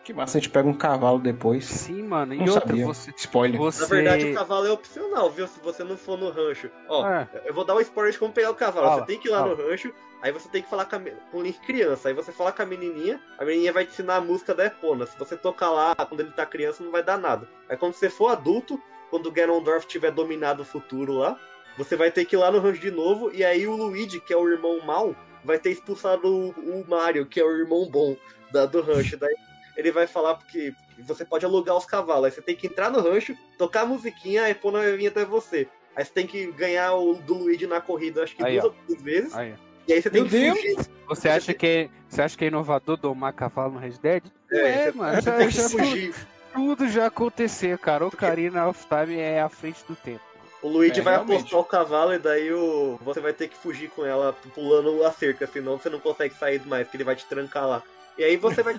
Speaker 2: Que massa, a gente pega um cavalo depois.
Speaker 4: Sim, mano. E
Speaker 2: Não
Speaker 4: outra,
Speaker 2: sabia.
Speaker 4: você.
Speaker 2: Spoiler.
Speaker 4: você...
Speaker 3: Na verdade, o cavalo é opcional, viu? Se você não for no rancho. Ó,
Speaker 4: Ah,
Speaker 3: eu vou dar um spoiler de como pegar o cavalo.
Speaker 4: Fala,
Speaker 3: você tem que ir lá
Speaker 4: fala.
Speaker 3: no rancho, aí você tem que falar com, a, me- com o Link criança. Aí você fala com a menininha, a menininha vai te ensinar a música da Epona. Se você tocar lá quando ele tá criança, não vai dar nada. Aí quando você for adulto, quando o Ganondorf tiver dominado o futuro lá, você vai ter que ir lá no rancho de novo. E aí o Luigi, que é o irmão mau, vai ter expulsado o, o Mario, que é o irmão bom da- do rancho. Daí ele vai falar porque você pode alugar os cavalos. Aí você tem que entrar no rancho, tocar a musiquinha, a Epona vai vir até você. Aí você tem que ganhar o do Luigi na corrida, acho que
Speaker 4: Aí,
Speaker 3: duas
Speaker 4: ó.
Speaker 3: ou três vezes.
Speaker 4: aí.
Speaker 3: E aí você tem
Speaker 2: Meu
Speaker 3: que
Speaker 2: Deus!
Speaker 3: fugir.
Speaker 4: Você acha que é, você acha que é inovador domar cavalo no Red Dead? Não
Speaker 3: É,
Speaker 4: é,
Speaker 3: você-
Speaker 4: mano.
Speaker 3: Você
Speaker 4: Já,
Speaker 3: tem que
Speaker 4: isso
Speaker 3: fugir.
Speaker 4: tudo já aconteceu, cara. Ocarina of Time é à frente do tempo.
Speaker 3: O Luigi
Speaker 2: É,
Speaker 3: vai
Speaker 2: realmente.
Speaker 3: apostar o cavalo e daí o... você vai ter que fugir com ela pulando a cerca, senão você não consegue sair mais, porque ele vai te trancar lá. E aí você vai.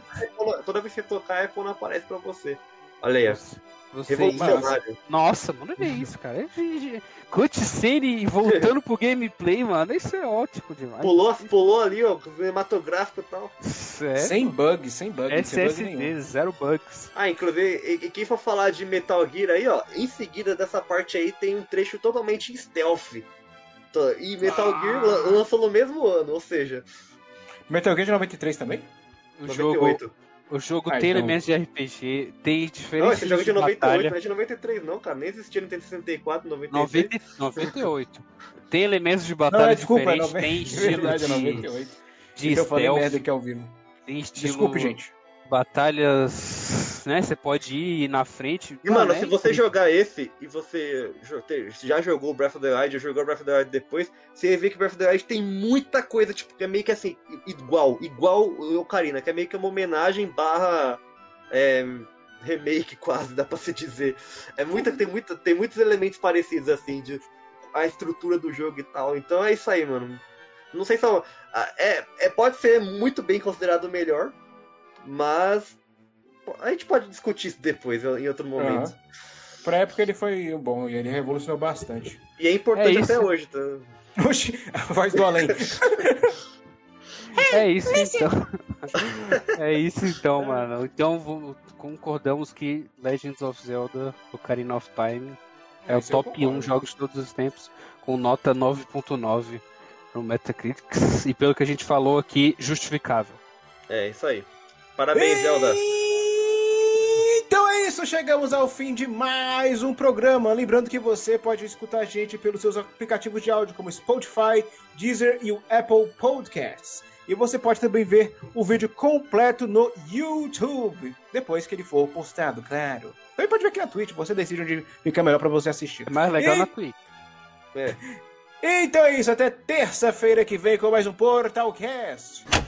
Speaker 3: Toda vez que você tocar, a Epona aparece pra você. Olha aí, ó.
Speaker 4: Você,
Speaker 3: Revolucionário.
Speaker 4: Nossa, mano, olha isso, cara. É de- de- Cutscene e voltando pro gameplay, mano. Isso é ótimo demais.
Speaker 3: Pulou, pulou ali, ó, cinematográfico e tal.
Speaker 4: Isso é
Speaker 2: Sem bug, sem bug, sem bug nenhum.
Speaker 4: SSD, zero bugs.
Speaker 3: Ah, inclusive, e, e quem for falar de Metal Gear aí, ó, em seguida dessa parte aí tem um trecho totalmente stealth. Tô- E Metal
Speaker 4: Ah.
Speaker 3: Gear lan- lançou no mesmo ano, ou seja,
Speaker 2: Metal Gear de 93 também?
Speaker 4: O jogo,
Speaker 3: 98.
Speaker 4: O jogo
Speaker 2: Ah,
Speaker 4: tem
Speaker 2: então-
Speaker 4: elementos de RPG, tem diferentes.
Speaker 3: Não, esse jogo é de 98,
Speaker 4: batalha.
Speaker 3: não é de 93 não, cara. Nem existia Nintendo 64, 96.
Speaker 4: 90, 98. Tem elementos de
Speaker 2: Não,
Speaker 4: batalha
Speaker 2: é, desculpa, é
Speaker 4: diferentes, tem
Speaker 2: 90,
Speaker 4: estilo
Speaker 2: verdade, é
Speaker 4: de,
Speaker 2: 98.
Speaker 4: de
Speaker 2: eu falei
Speaker 4: stealth,
Speaker 2: merda aqui ao vivo.
Speaker 4: tem estilo
Speaker 2: Desculpe, gente.
Speaker 4: batalhas, né? Você pode ir na frente.
Speaker 3: E, mano,
Speaker 4: Cara,
Speaker 3: se
Speaker 4: é
Speaker 3: você
Speaker 4: incrível.
Speaker 3: jogar esse e você jo- te- já jogou Breath of the Wild, ou jogou Breath of the Wild depois, você vê que Breath of the Wild tem muita coisa, tipo, que é meio que assim, i- igual, igual o Ocarina, que é meio que uma homenagem barra é, remake quase, dá pra se dizer. É muita, tem, muita, tem muitos elementos parecidos, assim, de a estrutura do jogo e tal. Então é isso aí, mano. Não sei se é, uma- ah, é, é- pode ser muito bem considerado o melhor, mas a gente pode discutir isso depois, em outro momento.
Speaker 2: Aham. Pra época ele foi bom e ele revolucionou bastante.
Speaker 3: E é importante
Speaker 4: É isso.
Speaker 3: até hoje, tá?
Speaker 2: Oxi, a voz do além.
Speaker 4: É isso então. é isso então, mano. Então vo- concordamos que Legends of Zelda, Ocarina of Time, é o
Speaker 2: Isso né? eu
Speaker 4: top
Speaker 2: concordo.
Speaker 4: 1 jogos de todos os tempos, com nota 9.9 no Metacritic. E pelo que a gente falou aqui, justificável.
Speaker 3: É, isso aí. Parabéns, Zelda.
Speaker 2: Então é isso, chegamos ao fim de mais um programa. Lembrando que você pode escutar a gente pelos seus aplicativos de áudio, como Spotify, Deezer e o Apple Podcasts. E você pode também ver o vídeo completo no YouTube, depois que ele for postado, claro. Também pode ver aqui na Twitch, você decide onde fica melhor pra você assistir.
Speaker 4: É mais legal
Speaker 2: E-
Speaker 4: na Twitch.
Speaker 2: Então é isso, até terça-feira que vem com mais um Portalcast.